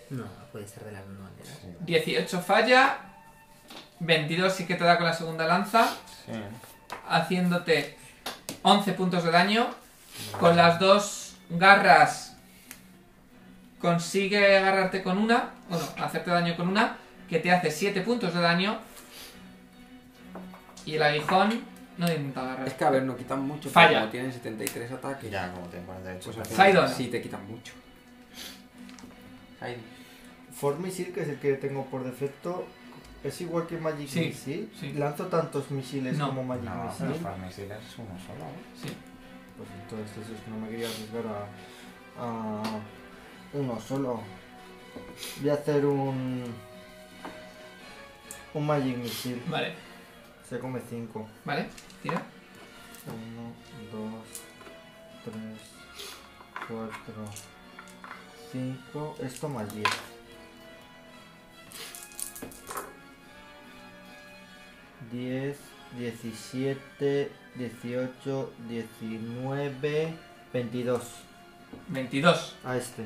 [SPEAKER 3] No, puede estar de la misma manera.
[SPEAKER 4] sí.
[SPEAKER 2] 18 falla. 22 sí que te da con la segunda lanza.
[SPEAKER 4] Sí.
[SPEAKER 2] haciéndote 11 puntos de daño. Con las dos garras consigue agarrarte con una, bueno, hacerte daño con una, que te hace 7 puntos de daño. Y el aguijón no intenta
[SPEAKER 1] Es
[SPEAKER 2] agarrar.
[SPEAKER 1] que a ver, no quitan mucho.
[SPEAKER 2] Falla.
[SPEAKER 1] pero Como tienen 73 ataques.
[SPEAKER 4] Ya, como tengo 48.
[SPEAKER 1] Pues
[SPEAKER 4] Pues
[SPEAKER 1] al
[SPEAKER 2] Zaidon.
[SPEAKER 1] final Sí, te quitan mucho. Zaidon.
[SPEAKER 5] Form Missile, que es el que tengo por defecto, es igual que Magic
[SPEAKER 2] Sí,
[SPEAKER 5] Missile.
[SPEAKER 2] sí.
[SPEAKER 5] Lanzo tantos misiles
[SPEAKER 2] No.
[SPEAKER 5] como Magic
[SPEAKER 4] No, pero
[SPEAKER 5] Missile.
[SPEAKER 4] para misiles es uno solo. ¿eh?
[SPEAKER 2] Sí.
[SPEAKER 5] Pues entonces eso es, no me quería arriesgar a, a uno solo. Voy a hacer un. Un Magic Missile.
[SPEAKER 2] Vale,
[SPEAKER 5] Se come 5.
[SPEAKER 2] vale, tira.
[SPEAKER 5] 1, 2, 3, 4, 5. Esto más 10. Diez, diecisiete, dieciocho, diecinueve, veintidós.
[SPEAKER 2] 22.
[SPEAKER 5] A este.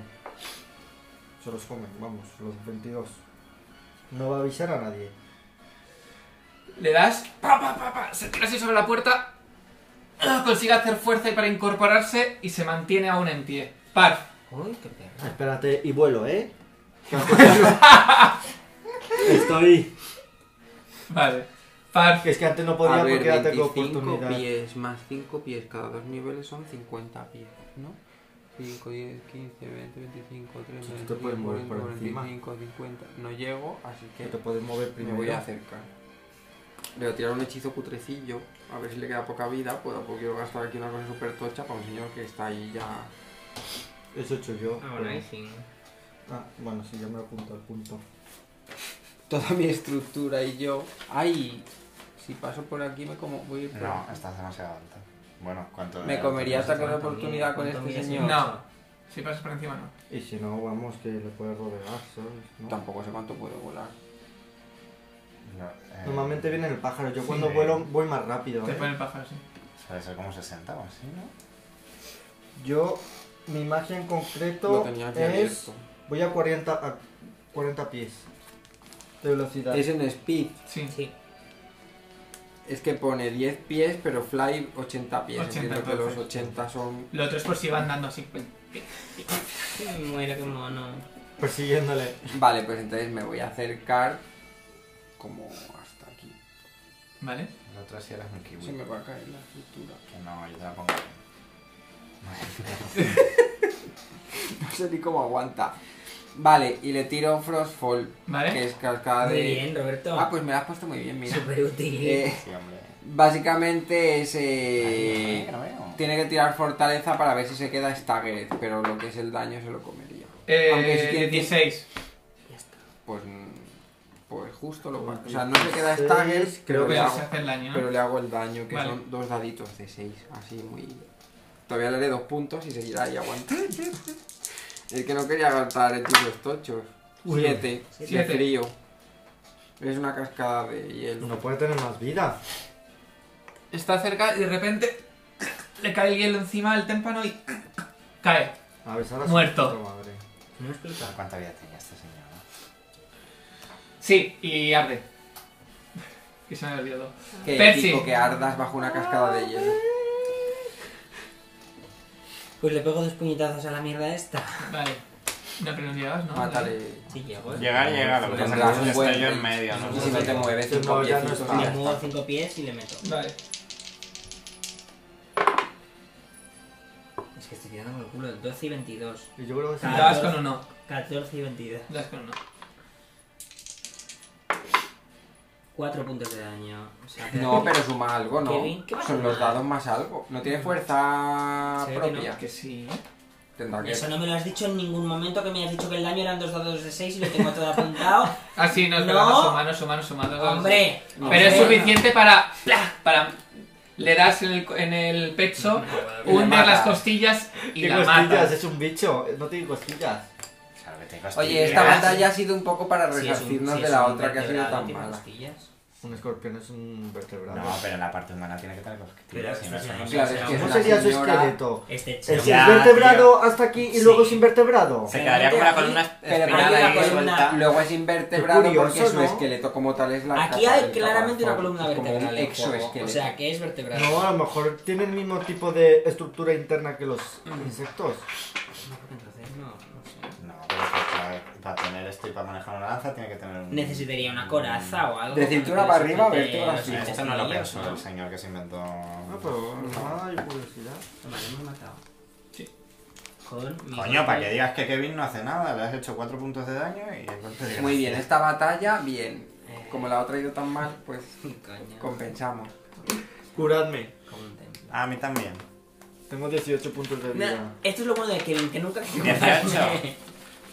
[SPEAKER 5] Se los comen, vamos, los 22. No va a avisar a nadie.
[SPEAKER 2] Le das. Pa, pa, pa, pa, se tira así sobre la puerta. ah, Consigue hacer fuerza y para incorporarse y se mantiene aún en pie. Parf.
[SPEAKER 3] Uy, qué perra.
[SPEAKER 5] Ah, Espérate, y vuelo, ¿eh? Estoy.
[SPEAKER 2] Vale. Parf.
[SPEAKER 5] Es que antes no
[SPEAKER 1] A
[SPEAKER 5] podía
[SPEAKER 1] ver,
[SPEAKER 5] porque ya tengo
[SPEAKER 1] 25
[SPEAKER 5] oportunidad.
[SPEAKER 1] pies más 5 pies cada dos niveles son 50 pies, ¿no? 5, 10, 15, 20, 25, 30,
[SPEAKER 5] Si
[SPEAKER 1] 35,
[SPEAKER 5] te puedes mover
[SPEAKER 1] 40,
[SPEAKER 5] por encima.
[SPEAKER 1] 45, 50. No llego, así
[SPEAKER 5] Que
[SPEAKER 1] que
[SPEAKER 5] te puedes mover
[SPEAKER 1] me
[SPEAKER 5] primero.
[SPEAKER 1] voy a acercar. Le voy a tirar un hechizo cutrecillo, a ver si le queda poca vida, puedo, porque quiero gastar aquí una cosa súper tocha para un señor que está ahí ya.
[SPEAKER 5] Eso he hecho yo.
[SPEAKER 3] Ah,
[SPEAKER 5] pero-
[SPEAKER 3] bueno, ahí sí.
[SPEAKER 5] Ah, bueno, sí, ya me apunto al punto.
[SPEAKER 1] Toda mi estructura y yo. ¡Ay! Si paso por aquí me como. Voy a ir por-
[SPEAKER 4] No, estás demasiado alta. Bueno, ¿cuánto de
[SPEAKER 1] Me
[SPEAKER 4] alto?
[SPEAKER 1] comería
[SPEAKER 4] No sé.
[SPEAKER 1] ataque de oportunidad con este
[SPEAKER 3] ¿Cuánto mide?
[SPEAKER 1] señor.
[SPEAKER 2] No. Si pasas por encima, no.
[SPEAKER 5] Y si no, vamos, que le puedes rodear, ¿sabes? ¿No?
[SPEAKER 1] Tampoco sé cuánto puedo volar.
[SPEAKER 4] No, eh,
[SPEAKER 5] Normalmente viene el pájaro. Yo cuando
[SPEAKER 4] Sí.
[SPEAKER 5] vuelo voy más rápido.
[SPEAKER 2] Te
[SPEAKER 5] ¿eh?
[SPEAKER 2] pone el pájaro, sí.
[SPEAKER 4] Suele ser como 60 o así, ¿no?
[SPEAKER 5] Yo, mi imagen en
[SPEAKER 1] Lo
[SPEAKER 5] concreto
[SPEAKER 1] tenía aquí
[SPEAKER 5] es.
[SPEAKER 1] abierto.
[SPEAKER 5] Voy a 40, a 40 pies de velocidad.
[SPEAKER 1] Es en speed.
[SPEAKER 2] Sí.
[SPEAKER 3] Sí.
[SPEAKER 1] Es que pone 10 pies, pero fly 80 pies.
[SPEAKER 2] 80,
[SPEAKER 1] Entiendo que los
[SPEAKER 2] entonces.
[SPEAKER 1] 80 son.
[SPEAKER 2] Lo otro es por si van dando así.
[SPEAKER 3] Muere que mono.
[SPEAKER 5] Persiguiéndole.
[SPEAKER 1] Vale, pues entonces me voy a acercar como hasta aquí.
[SPEAKER 2] ¿Vale?
[SPEAKER 4] El otro sí era un
[SPEAKER 1] Se me
[SPEAKER 4] kiwi.
[SPEAKER 1] va a caer la estructura.
[SPEAKER 4] Que No, yo te la pongo. aquí.
[SPEAKER 1] No sé ni cómo aguanta. Vale, y le tiro Frostfall, que
[SPEAKER 2] ¿Vale?
[SPEAKER 1] es cascada
[SPEAKER 3] ¿Eh? Muy
[SPEAKER 1] de.
[SPEAKER 3] bien, Roberto.
[SPEAKER 1] Ah, pues me la has puesto muy bien, mira.
[SPEAKER 3] Súper útil.
[SPEAKER 1] Eh,
[SPEAKER 4] Sí, hombre.
[SPEAKER 1] básicamente es.
[SPEAKER 4] Ay,
[SPEAKER 1] eh,
[SPEAKER 4] no veo.
[SPEAKER 1] Tiene que tirar fortaleza para ver si se queda staggered, pero lo que es el daño se lo comería.
[SPEAKER 2] Eh,
[SPEAKER 1] aunque si tiene-
[SPEAKER 2] 16.
[SPEAKER 1] Pues justo lo cual. O sea, no se queda stagger,
[SPEAKER 5] Seis,
[SPEAKER 1] pero,
[SPEAKER 5] creo
[SPEAKER 1] le
[SPEAKER 5] que
[SPEAKER 1] hago,
[SPEAKER 2] pues se hace el daño. ¿no?
[SPEAKER 1] pero le hago el daño, que
[SPEAKER 2] Ah. Vale.
[SPEAKER 1] son dos daditos de 6. Así muy. Todavía le haré dos puntos y seguirá ahí aguantando. Es que no quería gastar en tiros tochos.
[SPEAKER 5] Uy.
[SPEAKER 1] Siete, de
[SPEAKER 2] Siete.
[SPEAKER 1] frío. Es una cascada de hielo.
[SPEAKER 5] No puede tener más vida.
[SPEAKER 2] Está cerca y de repente le cae el hielo encima del témpano y cae.
[SPEAKER 5] A ver, ahora sí,
[SPEAKER 2] Muerto.
[SPEAKER 5] puta madre.
[SPEAKER 3] No explica.
[SPEAKER 4] ¿Cuánta vida este tenía esta señora?
[SPEAKER 2] Sí, y arde. Que se me ha olvidado.
[SPEAKER 1] Qué
[SPEAKER 2] Percy.
[SPEAKER 1] épico que ardas bajo una cascada de hielo.
[SPEAKER 3] Pues le pego dos puñetazos a la mierda esta.
[SPEAKER 2] Vale. No, pero no llevas, ¿no?
[SPEAKER 1] Mátale.
[SPEAKER 3] Sí, llego. ¿eh?
[SPEAKER 4] Llegar, llega, lo que pasa
[SPEAKER 1] Tendrás
[SPEAKER 4] es
[SPEAKER 1] un
[SPEAKER 4] que
[SPEAKER 1] buen
[SPEAKER 4] estoy yo en
[SPEAKER 1] rate.
[SPEAKER 4] medio, ¿no?
[SPEAKER 1] Y si no te mueves,
[SPEAKER 5] No,
[SPEAKER 1] cinco
[SPEAKER 5] ya no
[SPEAKER 1] piecitos,
[SPEAKER 5] está.
[SPEAKER 3] Me
[SPEAKER 1] ya
[SPEAKER 3] muevo
[SPEAKER 1] está.
[SPEAKER 3] cinco pies y le meto.
[SPEAKER 2] Vale.
[SPEAKER 3] Es que estoy tirando con el culo. 12 y 22.
[SPEAKER 5] Y yo creo que sí.
[SPEAKER 3] Ah,
[SPEAKER 2] Das
[SPEAKER 3] dos.
[SPEAKER 2] con uno.
[SPEAKER 3] 14 y 22.
[SPEAKER 2] Das con uno.
[SPEAKER 3] 4 puntos de daño. O sea, que-
[SPEAKER 1] No, pero suma algo, ¿no?
[SPEAKER 3] Kevin, ¿qué pasa?
[SPEAKER 1] Son los dados más algo. No tiene fuerza
[SPEAKER 3] Se ve que no,
[SPEAKER 1] Ah, propia.
[SPEAKER 2] Que sí.
[SPEAKER 1] Tendrá que.
[SPEAKER 3] Eso no me lo has dicho en ningún momento que me has dicho que el daño eran dos dados de 6 y lo tengo todo apuntado.
[SPEAKER 2] Ah, sí, no, es verdad,
[SPEAKER 3] No.
[SPEAKER 2] sumando, sumando, sumando. vamos.
[SPEAKER 3] ¡Hombre!
[SPEAKER 2] Pero es
[SPEAKER 3] Hombre.
[SPEAKER 2] suficiente para. ¡pla! para le das en el, en el pecho,
[SPEAKER 1] Y le
[SPEAKER 2] hundes
[SPEAKER 1] matas.
[SPEAKER 2] las costillas y
[SPEAKER 5] Tiene
[SPEAKER 2] la
[SPEAKER 5] costillas,
[SPEAKER 2] matas.
[SPEAKER 5] es un bicho. No tiene costillas.
[SPEAKER 4] Claro que tengo
[SPEAKER 1] Oye,
[SPEAKER 4] hostilidad.
[SPEAKER 1] esta batalla ha sido un poco para
[SPEAKER 3] Sí, es un-
[SPEAKER 1] resarcirnos
[SPEAKER 3] sí,
[SPEAKER 1] de
[SPEAKER 3] es
[SPEAKER 1] la
[SPEAKER 3] un
[SPEAKER 1] otra que ha sido
[SPEAKER 3] vertebrado,
[SPEAKER 1] tan
[SPEAKER 3] tiene
[SPEAKER 1] mala.
[SPEAKER 3] costillas.
[SPEAKER 5] Un escorpión es un vertebrado.
[SPEAKER 4] No, pero la parte humana tiene que tener
[SPEAKER 3] Pero
[SPEAKER 4] cosquillas. si no,
[SPEAKER 3] esto
[SPEAKER 4] eso
[SPEAKER 3] es
[SPEAKER 4] no
[SPEAKER 3] una
[SPEAKER 4] se-
[SPEAKER 1] Claro, es que
[SPEAKER 5] ¿Cómo
[SPEAKER 1] es
[SPEAKER 5] sería su
[SPEAKER 1] señora-
[SPEAKER 5] esqueleto?
[SPEAKER 3] Este
[SPEAKER 5] ¿Es
[SPEAKER 3] chico.
[SPEAKER 5] es
[SPEAKER 4] Ya,
[SPEAKER 5] vertebrado hasta aquí y luego
[SPEAKER 3] Sí.
[SPEAKER 5] es invertebrado?
[SPEAKER 4] Se quedaría con la columna
[SPEAKER 1] Pero
[SPEAKER 4] espinada
[SPEAKER 3] aquí la
[SPEAKER 4] ahí
[SPEAKER 3] columna-
[SPEAKER 4] suelta.
[SPEAKER 1] Luego es invertebrado
[SPEAKER 5] Qué curioso,
[SPEAKER 1] porque su
[SPEAKER 5] ¿no?
[SPEAKER 1] esqueleto como tal es la
[SPEAKER 3] Aquí
[SPEAKER 1] capa-
[SPEAKER 3] hay
[SPEAKER 1] el
[SPEAKER 3] claramente una
[SPEAKER 1] caparazón.
[SPEAKER 3] columna
[SPEAKER 1] Es como
[SPEAKER 3] vertebral.
[SPEAKER 1] un
[SPEAKER 3] en el juego.
[SPEAKER 1] exoesqueleto.
[SPEAKER 3] O sea, que es vertebral.
[SPEAKER 5] No, a lo mejor tiene el mismo tipo de estructura interna que los insectos.
[SPEAKER 3] Entonces no, no sé.
[SPEAKER 4] No, pero es que para, para tener esto y para manejar una lanza tiene que tener un...
[SPEAKER 3] Necesitaría una coraza o algo.
[SPEAKER 1] De cintura para arriba, vértebra
[SPEAKER 4] Sí,
[SPEAKER 1] así.
[SPEAKER 4] esto no lo
[SPEAKER 3] pienso.
[SPEAKER 4] pensó el señor que se inventó... Ah,
[SPEAKER 5] No, pero no hay curiosidad.
[SPEAKER 3] Vale, hemos matado.
[SPEAKER 2] Sí.
[SPEAKER 3] Con mi
[SPEAKER 4] Coño, para que
[SPEAKER 3] golpe.
[SPEAKER 4] digas que Kevin no hace nada, le has hecho 4 puntos de daño y el golpe
[SPEAKER 1] Muy
[SPEAKER 4] de gracia.
[SPEAKER 2] ¿eh?
[SPEAKER 1] bien, esta batalla, bien.
[SPEAKER 3] Eh,
[SPEAKER 1] Como la otra ha ido tan mal, pues
[SPEAKER 3] Coño.
[SPEAKER 1] compensamos.
[SPEAKER 5] Curadme.
[SPEAKER 3] Como un templo.
[SPEAKER 4] Ah, a mí también.
[SPEAKER 5] Tengo 18 puntos de
[SPEAKER 3] Na-
[SPEAKER 5] vida.
[SPEAKER 3] esto es lo bueno de Kevin, que nunca...
[SPEAKER 4] 18.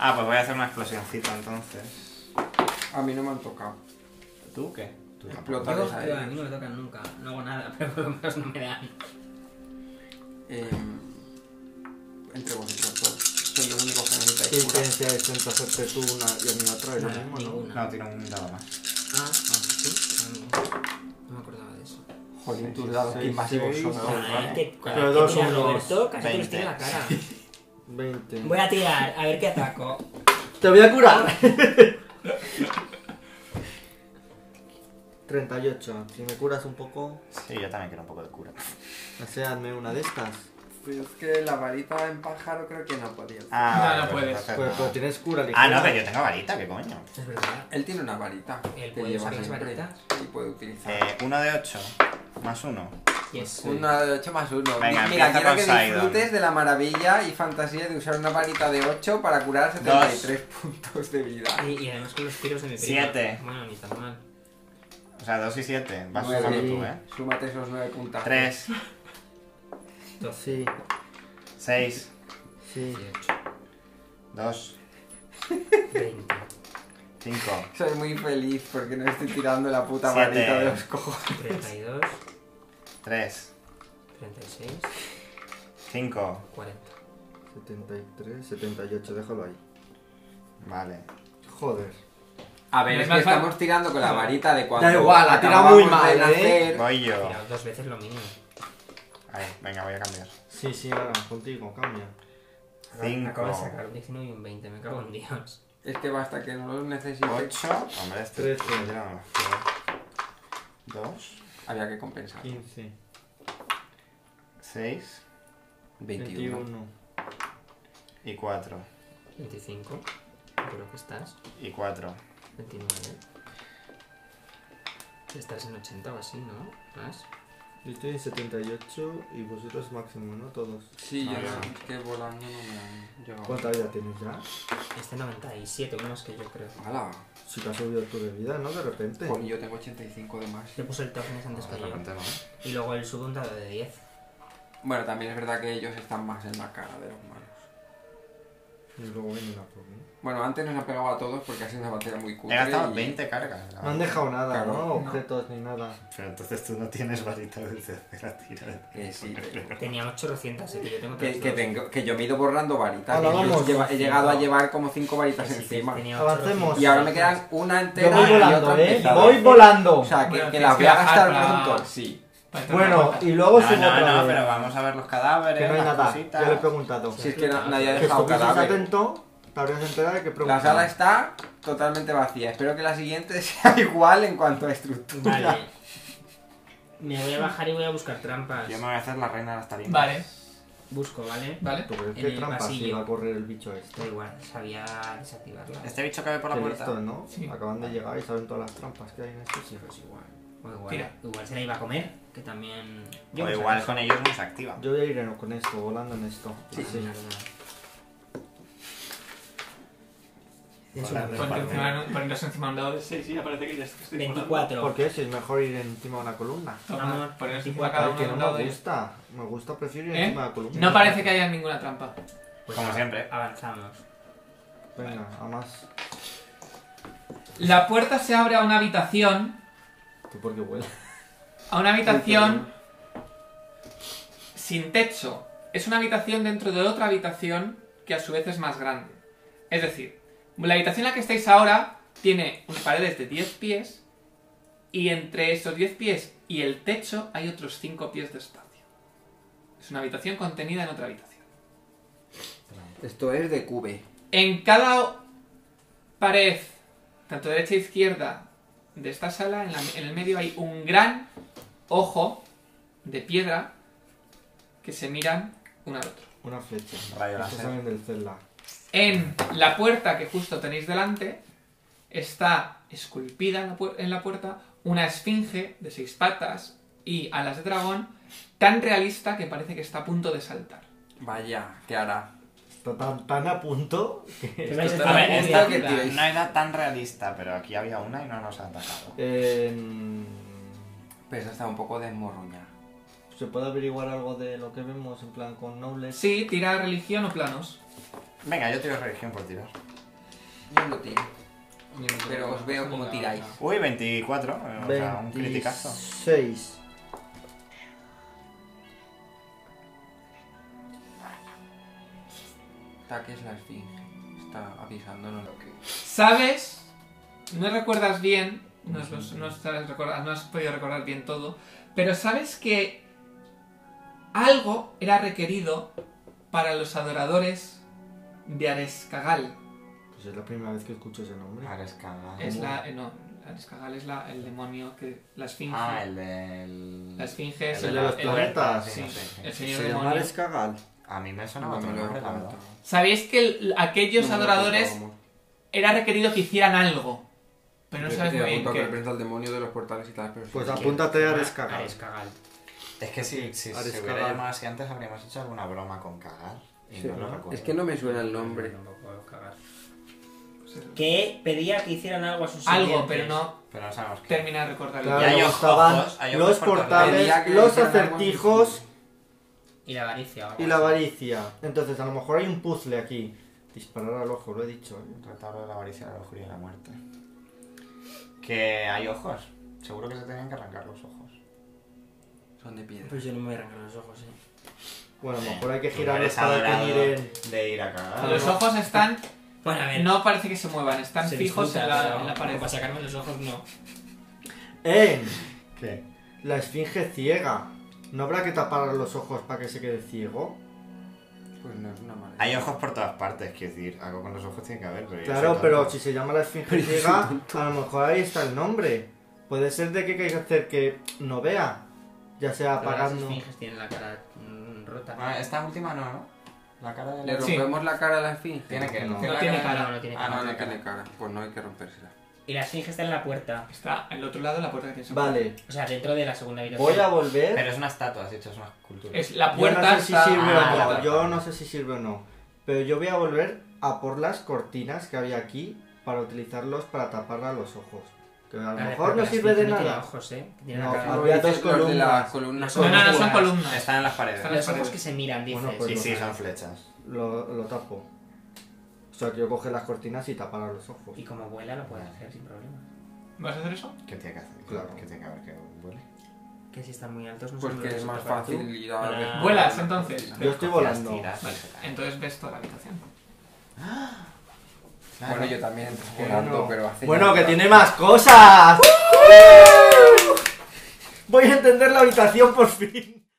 [SPEAKER 4] Ah, pues voy a hacer una explosioncita entonces.
[SPEAKER 1] A mí no me han tocado.
[SPEAKER 4] ¿Tú qué? Tú
[SPEAKER 1] Explota.
[SPEAKER 4] tampoco.
[SPEAKER 3] Yo, yo, a mí no me tocan nunca, no hago nada, pero por lo menos no me dan.
[SPEAKER 1] Eh, entre vosotros dos. Soy los únicos que
[SPEAKER 5] ¿Qué
[SPEAKER 1] necesitáis curar.
[SPEAKER 5] diferencia es entre hacerte tú una y a mí otra? Es lo
[SPEAKER 3] Nada,
[SPEAKER 5] mismo, ¿no?
[SPEAKER 3] ninguna.
[SPEAKER 4] No, tiro un dado más.
[SPEAKER 3] Ah, ah, sí. Ah, No me acordaba de eso.
[SPEAKER 1] Joder, tus dados
[SPEAKER 5] seis,
[SPEAKER 1] invasivos
[SPEAKER 5] seis,
[SPEAKER 1] son
[SPEAKER 5] seis.
[SPEAKER 1] todos,
[SPEAKER 3] Ah,
[SPEAKER 1] ¿vale?
[SPEAKER 3] es que
[SPEAKER 5] Pero
[SPEAKER 3] cuando
[SPEAKER 5] dos
[SPEAKER 3] tira
[SPEAKER 5] son dos.
[SPEAKER 3] Roberto, casi te los
[SPEAKER 4] Veinte.
[SPEAKER 3] tira en la cara.
[SPEAKER 5] 20.
[SPEAKER 3] Voy a tirar, a ver qué ataco.
[SPEAKER 5] Te voy a curar. 38. Si me curas un poco,
[SPEAKER 4] Sí, yo también quiero un poco de cura.
[SPEAKER 5] hazme una de estas.
[SPEAKER 1] Pero Pues es que la varita en pájaro creo que no podía.
[SPEAKER 4] Ah,
[SPEAKER 2] No,
[SPEAKER 4] vale,
[SPEAKER 2] no
[SPEAKER 4] pues
[SPEAKER 2] puedes.
[SPEAKER 4] entonces
[SPEAKER 5] Pero,
[SPEAKER 4] no.
[SPEAKER 5] pero tienes cura ligera.
[SPEAKER 4] Ah, no, pero yo tengo varita, ¿qué coño?
[SPEAKER 3] Es verdad.
[SPEAKER 1] Él tiene una varita.
[SPEAKER 3] Él
[SPEAKER 1] que
[SPEAKER 3] puede
[SPEAKER 1] lleva
[SPEAKER 3] usar las
[SPEAKER 1] siempre
[SPEAKER 3] varitas.
[SPEAKER 1] Y puede utilizar.
[SPEAKER 4] Eh, uno de 8, más uno.
[SPEAKER 3] Yes.
[SPEAKER 1] Una de 8 más 1.
[SPEAKER 4] Venga,
[SPEAKER 1] Mira,
[SPEAKER 4] empieza
[SPEAKER 1] quiero
[SPEAKER 4] con
[SPEAKER 1] que
[SPEAKER 4] Sidon.
[SPEAKER 1] disfrutes de la maravilla y fantasía de usar una varita de 8 para curar 73 puntos de vida.
[SPEAKER 3] Y, y además con los tiros de mi primo.
[SPEAKER 4] Siete.
[SPEAKER 3] Bueno, ni tan mal.
[SPEAKER 4] O sea, 2 y 7. Vas
[SPEAKER 1] Nueve.
[SPEAKER 4] sumando tú, ¿eh?
[SPEAKER 1] Súmate esos 9 puntos.
[SPEAKER 4] 3,
[SPEAKER 5] Sí,
[SPEAKER 4] 6,
[SPEAKER 5] sí.
[SPEAKER 4] 2,
[SPEAKER 3] 20.
[SPEAKER 4] 5,
[SPEAKER 1] Soy muy feliz porque no estoy tirando la puta
[SPEAKER 4] Siete.
[SPEAKER 1] varita de los cojones.
[SPEAKER 3] 32,
[SPEAKER 4] 3,
[SPEAKER 3] 36,
[SPEAKER 4] 5.
[SPEAKER 3] 40.
[SPEAKER 5] 73, 78, déjalo ahí.
[SPEAKER 4] Vale.
[SPEAKER 5] Joder.
[SPEAKER 1] A
[SPEAKER 2] ver,
[SPEAKER 1] ver, es
[SPEAKER 2] es que
[SPEAKER 1] que estamos tirando con la varita de cuando.
[SPEAKER 5] Da igual, la tira
[SPEAKER 1] acabamos
[SPEAKER 5] muy
[SPEAKER 1] de
[SPEAKER 5] mal, ¿eh?
[SPEAKER 1] nacer.
[SPEAKER 4] Voy yo.
[SPEAKER 3] Tiraos dos veces lo mínimo.
[SPEAKER 4] Ahí, venga, voy a cambiar.
[SPEAKER 5] Sí, sí, ahora, contigo, cambia.
[SPEAKER 3] Acabo de
[SPEAKER 4] 5,
[SPEAKER 3] sacar un 19 y un 20, me cago en Dios.
[SPEAKER 1] Es que basta que no los necesites.
[SPEAKER 4] 8. Hombre, este.
[SPEAKER 5] Trece.
[SPEAKER 4] 2,
[SPEAKER 1] Había que compensar.
[SPEAKER 5] 15,
[SPEAKER 4] 6
[SPEAKER 1] 21.
[SPEAKER 5] 21.
[SPEAKER 4] y 4.
[SPEAKER 3] 25, creo que estás.
[SPEAKER 4] Y 4.
[SPEAKER 3] 29. Estás en 80 o así, ¿no? Más.
[SPEAKER 5] Yo estoy en 78 y vosotros máximo, ¿no? Todos.
[SPEAKER 1] Sí,
[SPEAKER 4] Ah,
[SPEAKER 1] yo
[SPEAKER 4] ya.
[SPEAKER 1] no, es que volando no me han llegado.
[SPEAKER 5] ¿Cuánta vida tienes ya?
[SPEAKER 3] Este 97, uno más que yo creo.
[SPEAKER 1] Hala,
[SPEAKER 5] Si te has subido tu bebida, ¿no? De repente.
[SPEAKER 1] pues yo tengo 85 de más.
[SPEAKER 3] Le puso el toughness antes que
[SPEAKER 4] De
[SPEAKER 3] yo.
[SPEAKER 4] repente no.
[SPEAKER 3] Y luego él sube un dado de 10.
[SPEAKER 1] Bueno, también es verdad que ellos están más en la cara de los malos.
[SPEAKER 5] Y luego viene una por mí.
[SPEAKER 1] Bueno, antes nos han pegado a todos porque ha sido una batalla muy
[SPEAKER 4] He
[SPEAKER 1] cutre.
[SPEAKER 4] gastado
[SPEAKER 1] y-
[SPEAKER 4] 20 cargas. la
[SPEAKER 5] No han
[SPEAKER 4] verdad.
[SPEAKER 5] dejado nada,
[SPEAKER 1] Claro,
[SPEAKER 5] ¿no?
[SPEAKER 1] no.
[SPEAKER 5] Objetos ni nada.
[SPEAKER 4] Pero entonces tú no tienes varita de tercera tira.
[SPEAKER 1] Que sí, tengo.
[SPEAKER 3] Tenía 800, así que yo tengo
[SPEAKER 1] que,
[SPEAKER 3] 300.
[SPEAKER 1] que tengo- que yo me he ido borrando varitas.
[SPEAKER 5] Ahora
[SPEAKER 1] que yo
[SPEAKER 5] vamos.
[SPEAKER 1] lleva- he llegado a llevar como cinco varitas
[SPEAKER 3] Así que
[SPEAKER 1] encima.
[SPEAKER 3] tenía
[SPEAKER 5] Avancemos.
[SPEAKER 3] 800.
[SPEAKER 1] Y ahora me quedan una entera
[SPEAKER 5] Yo voy
[SPEAKER 1] y
[SPEAKER 5] volando,
[SPEAKER 1] otra
[SPEAKER 5] ¿eh?
[SPEAKER 1] empezada.
[SPEAKER 5] Voy volando.
[SPEAKER 1] O sea, que,
[SPEAKER 2] Bueno,
[SPEAKER 1] que
[SPEAKER 2] tienes
[SPEAKER 1] las voy
[SPEAKER 2] que
[SPEAKER 1] a gastar
[SPEAKER 2] bajar
[SPEAKER 1] pronto.
[SPEAKER 2] para-
[SPEAKER 1] Sí.
[SPEAKER 2] Para entrar en la
[SPEAKER 5] Bueno,
[SPEAKER 2] cuenta.
[SPEAKER 5] y luego
[SPEAKER 4] No,
[SPEAKER 5] subo otra
[SPEAKER 4] no, no,
[SPEAKER 5] vez.
[SPEAKER 4] pero vamos a ver los cadáveres,
[SPEAKER 5] Que no hay
[SPEAKER 4] las
[SPEAKER 5] nada.
[SPEAKER 4] cositas.
[SPEAKER 5] Ya lo he preguntado.
[SPEAKER 1] Si es que na- nadie ha
[SPEAKER 5] Que
[SPEAKER 1] dejado
[SPEAKER 5] estuvieses
[SPEAKER 1] cadáver.
[SPEAKER 5] atento, te habrías enterado de que he
[SPEAKER 1] La
[SPEAKER 5] preguntado.
[SPEAKER 1] sala está totalmente vacía. Espero que la siguiente sea igual en cuanto a estructura.
[SPEAKER 3] Vale. Me voy a bajar y voy a buscar trampas.
[SPEAKER 4] Yo me voy a hacer la reina de las tarimas.
[SPEAKER 2] Vale,
[SPEAKER 3] Busco, ¿vale?
[SPEAKER 2] vale.
[SPEAKER 5] Tú, pero
[SPEAKER 3] En
[SPEAKER 5] es que
[SPEAKER 3] el
[SPEAKER 5] trampa si
[SPEAKER 3] pasillo.
[SPEAKER 5] iba a correr el bicho este.
[SPEAKER 3] Da igual, sabía desactivarla.
[SPEAKER 4] Este bicho cabe por la
[SPEAKER 5] Qué
[SPEAKER 4] puerta.
[SPEAKER 5] listos, ¿no?
[SPEAKER 2] Sí.
[SPEAKER 5] Acaban de llegar y saben todas las trampas que hay en este
[SPEAKER 3] Sí,
[SPEAKER 5] sitio.
[SPEAKER 3] pues igual. O igual,
[SPEAKER 2] Tira.
[SPEAKER 3] igual se la iba a comer, que también.
[SPEAKER 4] O
[SPEAKER 3] no sé.
[SPEAKER 4] igual con ellos no se activa.
[SPEAKER 5] Yo voy a ir en- con esto, volando en esto.
[SPEAKER 3] Sí, sí.
[SPEAKER 4] Hola,
[SPEAKER 3] Eso,
[SPEAKER 2] Ponte
[SPEAKER 4] vale.
[SPEAKER 2] encima, poniéndose encima de este, un dado de 6 y ya parece que ya estoy
[SPEAKER 3] 24.
[SPEAKER 5] ¿Por qué? Si es mejor ir encima de una columna.
[SPEAKER 2] Toma, poneros encima de cada
[SPEAKER 5] Ay,
[SPEAKER 2] uno
[SPEAKER 5] que
[SPEAKER 2] de
[SPEAKER 5] no
[SPEAKER 2] un dado
[SPEAKER 5] me
[SPEAKER 2] de
[SPEAKER 5] gusta. Me gusta, prefiero ir
[SPEAKER 2] ¿Eh?
[SPEAKER 5] encima de la columna.
[SPEAKER 2] No parece que haya ninguna trampa.
[SPEAKER 3] Pues
[SPEAKER 4] Como
[SPEAKER 3] av-
[SPEAKER 4] siempre.
[SPEAKER 3] Avanzamos.
[SPEAKER 5] Venga, a más.
[SPEAKER 2] La puerta se abre a una habitación
[SPEAKER 5] ¿Tú por qué huele?
[SPEAKER 2] a una habitación sin techo. Es una habitación dentro de otra habitación que a su vez es más grande. Es decir, la habitación en la que estáis ahora tiene unas paredes de 10 pies y entre esos 10 pies y el techo hay otros 5 pies de espacio. Es una habitación contenida en otra habitación.
[SPEAKER 1] Esto es de cube.
[SPEAKER 2] En cada o- pared, tanto derecha e izquierda, de esta sala, en, la- en el medio hay un gran ojo de piedra que se miran uno al otro.
[SPEAKER 5] Una flecha.
[SPEAKER 4] Rayo
[SPEAKER 5] Estos
[SPEAKER 4] láser.
[SPEAKER 5] salen del Zelda.
[SPEAKER 2] En la puerta que justo tenéis delante está esculpida en la, pu- en la puerta una esfinge de seis patas y alas de dragón tan realista que parece que está a punto de saltar.
[SPEAKER 1] Vaya, ¿qué hará?
[SPEAKER 5] Está tan, tan a punto que...
[SPEAKER 3] vais
[SPEAKER 1] A ver, esta que tiréis.
[SPEAKER 4] No era tan realista, pero aquí había una y no nos ha atacado.
[SPEAKER 5] Eh,
[SPEAKER 1] Pero esta está un poco desmorruñada.
[SPEAKER 5] ¿Se puede averiguar algo de lo que vemos en plan con Knowledge?
[SPEAKER 2] Sí, tira religión o planos.
[SPEAKER 4] Venga, yo tiro religión por tirar.
[SPEAKER 1] Yo lo tiro. Pero os veo como tiráis.
[SPEAKER 4] Uy, 24. O sea, un criticazo.
[SPEAKER 5] 26.
[SPEAKER 1] Esta que es la esfinge. Está avisándonos lo que.
[SPEAKER 2] Sabes, no recuerdas bien, no, es- no es- no sabes recordar- no has podido recordar bien todo, pero sabes que algo era requerido para los adoradores de Arescagal.
[SPEAKER 5] Pues es la primera vez que escucho ese nombre.
[SPEAKER 4] Ahora es cagado.
[SPEAKER 2] Es la, eh, no, Arescagal es la- el demonio que la esfinge.
[SPEAKER 4] Ah, el del.
[SPEAKER 2] La esfinge es
[SPEAKER 5] el
[SPEAKER 2] el,
[SPEAKER 5] de los
[SPEAKER 2] el-
[SPEAKER 5] planetas.
[SPEAKER 2] sí,
[SPEAKER 4] No sé.
[SPEAKER 2] el señor
[SPEAKER 5] Se llama
[SPEAKER 2] demonio.
[SPEAKER 5] Escagal.
[SPEAKER 4] A mí me sonaba
[SPEAKER 1] No
[SPEAKER 4] otro
[SPEAKER 1] me lo he
[SPEAKER 4] nombre, la verdad.
[SPEAKER 1] apuntado.
[SPEAKER 2] Sabéis que el- aquellos
[SPEAKER 1] No me lo he
[SPEAKER 2] adoradores
[SPEAKER 1] apuntado, amor.
[SPEAKER 2] era requerido que hicieran algo, pero no
[SPEAKER 1] Yo
[SPEAKER 2] sabes
[SPEAKER 1] te
[SPEAKER 2] muy bien
[SPEAKER 1] apunto que
[SPEAKER 2] qué.
[SPEAKER 1] representa al demonio de los portales y tal, pero sí.
[SPEAKER 5] Pues apúntate a Escagal.
[SPEAKER 3] Arescagal.
[SPEAKER 4] Es que si, si
[SPEAKER 5] Ahora es
[SPEAKER 4] se hubiera
[SPEAKER 5] cagar.
[SPEAKER 4] llamado así antes, habríamos hecho alguna broma con cagar. Y
[SPEAKER 5] Sí,
[SPEAKER 4] no lo
[SPEAKER 5] ¿no?
[SPEAKER 4] recuerdo.
[SPEAKER 1] Es que no me suena el nombre.
[SPEAKER 3] Tampoco cagar.
[SPEAKER 2] Pues eso.
[SPEAKER 3] Que pedía que hicieran algo a sus
[SPEAKER 2] Algo,
[SPEAKER 3] sirvientes.
[SPEAKER 2] pero no
[SPEAKER 4] Pero no sabemos qué.
[SPEAKER 2] termina de recordarlo.
[SPEAKER 5] Claro,
[SPEAKER 4] Y hay ojos,
[SPEAKER 5] estaban
[SPEAKER 4] hay ojos
[SPEAKER 5] los
[SPEAKER 4] por todos
[SPEAKER 1] lados.
[SPEAKER 5] portales, los acertijos
[SPEAKER 3] Y la avaricia. o algo
[SPEAKER 5] y la
[SPEAKER 3] así.
[SPEAKER 5] avaricia. Entonces, a lo mejor hay un puzzle aquí. Disparar al ojo, lo he dicho. ¿eh?
[SPEAKER 4] Retablo de la avaricia, la lujuria y la muerte. Que hay ojos. Seguro que se tenían que arrancar los ojos.
[SPEAKER 1] Son de piedra.
[SPEAKER 3] Pues yo no me voy a arrancar los ojos, eh.
[SPEAKER 5] Bueno, a lo mejor hay que
[SPEAKER 4] Tú
[SPEAKER 5] girarlos
[SPEAKER 4] eres
[SPEAKER 5] para
[SPEAKER 4] adorado
[SPEAKER 5] que miren.
[SPEAKER 4] De ir a cagar.
[SPEAKER 2] Los ojos están,
[SPEAKER 3] Bueno, a ver.
[SPEAKER 2] no parece que se muevan, están
[SPEAKER 3] se
[SPEAKER 2] fijos
[SPEAKER 3] disfruta,
[SPEAKER 2] en, la,
[SPEAKER 3] pero
[SPEAKER 2] en la pared.
[SPEAKER 3] Para sacarme los ojos, no.
[SPEAKER 5] ¡En!
[SPEAKER 4] ¿Qué?
[SPEAKER 5] La esfinge ciega. ¿No habrá que tapar los ojos para que se quede ciego?
[SPEAKER 1] Pues no es una mala.
[SPEAKER 4] Hay
[SPEAKER 1] idea.
[SPEAKER 4] ojos por todas partes, quiero decir, algo con los ojos tiene que haber. Pero yo
[SPEAKER 5] Claro,
[SPEAKER 4] soy
[SPEAKER 5] pero
[SPEAKER 4] tonto.
[SPEAKER 5] si se llama la esfinge ciega, a lo mejor ahí está el nombre. Puede ser de que hay que hacer que no vea. Ya sea
[SPEAKER 3] Pero Las
[SPEAKER 5] apagando.
[SPEAKER 3] esfinges tienen la cara mm, rota.
[SPEAKER 4] Ah, esta última no, ¿no? La cara de
[SPEAKER 1] Le
[SPEAKER 4] la...
[SPEAKER 2] Sí.
[SPEAKER 1] rompemos la cara a la esfinge.
[SPEAKER 4] Tiene que
[SPEAKER 5] No.
[SPEAKER 2] No
[SPEAKER 4] la
[SPEAKER 2] tiene
[SPEAKER 4] de-
[SPEAKER 2] cara.
[SPEAKER 3] No, no tiene
[SPEAKER 4] Ah,
[SPEAKER 3] cara.
[SPEAKER 1] No, no tiene cara. Pues no hay que rompérsela.
[SPEAKER 3] Y la esfinge está en la puerta.
[SPEAKER 2] Está al otro lado de la puerta que tienes.
[SPEAKER 5] Vale,
[SPEAKER 3] O sea, dentro de la segunda habitación.
[SPEAKER 5] voy a volver.
[SPEAKER 4] Pero es una estatua, has dicho, es una escultura.
[SPEAKER 2] Es la
[SPEAKER 5] Yo
[SPEAKER 2] puerta
[SPEAKER 5] no sé si
[SPEAKER 2] está.
[SPEAKER 5] sirve
[SPEAKER 4] Ah, la
[SPEAKER 5] o no.
[SPEAKER 4] puerta.
[SPEAKER 5] Yo no sé si sirve o no. Pero yo voy a volver a por las cortinas que había aquí para utilizarlos para taparla a los ojos. Que a lo
[SPEAKER 3] Vale,
[SPEAKER 5] mejor
[SPEAKER 3] pero
[SPEAKER 5] no
[SPEAKER 3] la
[SPEAKER 5] sirve de
[SPEAKER 3] esfinge No tiene
[SPEAKER 5] nada.
[SPEAKER 3] ojos, eh. Tiene
[SPEAKER 5] No,
[SPEAKER 3] la cara.
[SPEAKER 5] no. Había dos
[SPEAKER 1] Los de
[SPEAKER 5] columnas.
[SPEAKER 1] las columnas.
[SPEAKER 2] No, no, no, son
[SPEAKER 3] Columnas.
[SPEAKER 2] columnas.
[SPEAKER 4] Están en las paredes.
[SPEAKER 3] pues
[SPEAKER 2] Están-
[SPEAKER 3] Los ojos que se miran, dices.
[SPEAKER 5] Bueno, pues-
[SPEAKER 4] Y sí,
[SPEAKER 5] no.
[SPEAKER 4] son flechas.
[SPEAKER 5] Lo, lo tapo. sea, quiero coger las cortinas y tapar los ojos.
[SPEAKER 3] Y como vuela lo puede hacer sin problema.
[SPEAKER 2] ¿Vas a hacer eso?
[SPEAKER 4] ¿Qué tiene que hacer?
[SPEAKER 5] Claro.
[SPEAKER 4] ¿Qué tiene que haber que huele?
[SPEAKER 3] Que si están muy altos no
[SPEAKER 1] Pues
[SPEAKER 3] son
[SPEAKER 1] que es
[SPEAKER 3] veloces,
[SPEAKER 1] más
[SPEAKER 3] pero tú-
[SPEAKER 1] fácil ir a
[SPEAKER 3] para-
[SPEAKER 1] ver-
[SPEAKER 2] Vuelas entonces.
[SPEAKER 5] Yo estoy volando.
[SPEAKER 2] Vale, entonces ves toda la habitación.
[SPEAKER 1] Bueno, yo también
[SPEAKER 5] Bueno,
[SPEAKER 1] volando, pero hace.
[SPEAKER 5] bueno, que
[SPEAKER 1] nada.
[SPEAKER 5] tiene más cosas. Voy a entender la habitación por fin.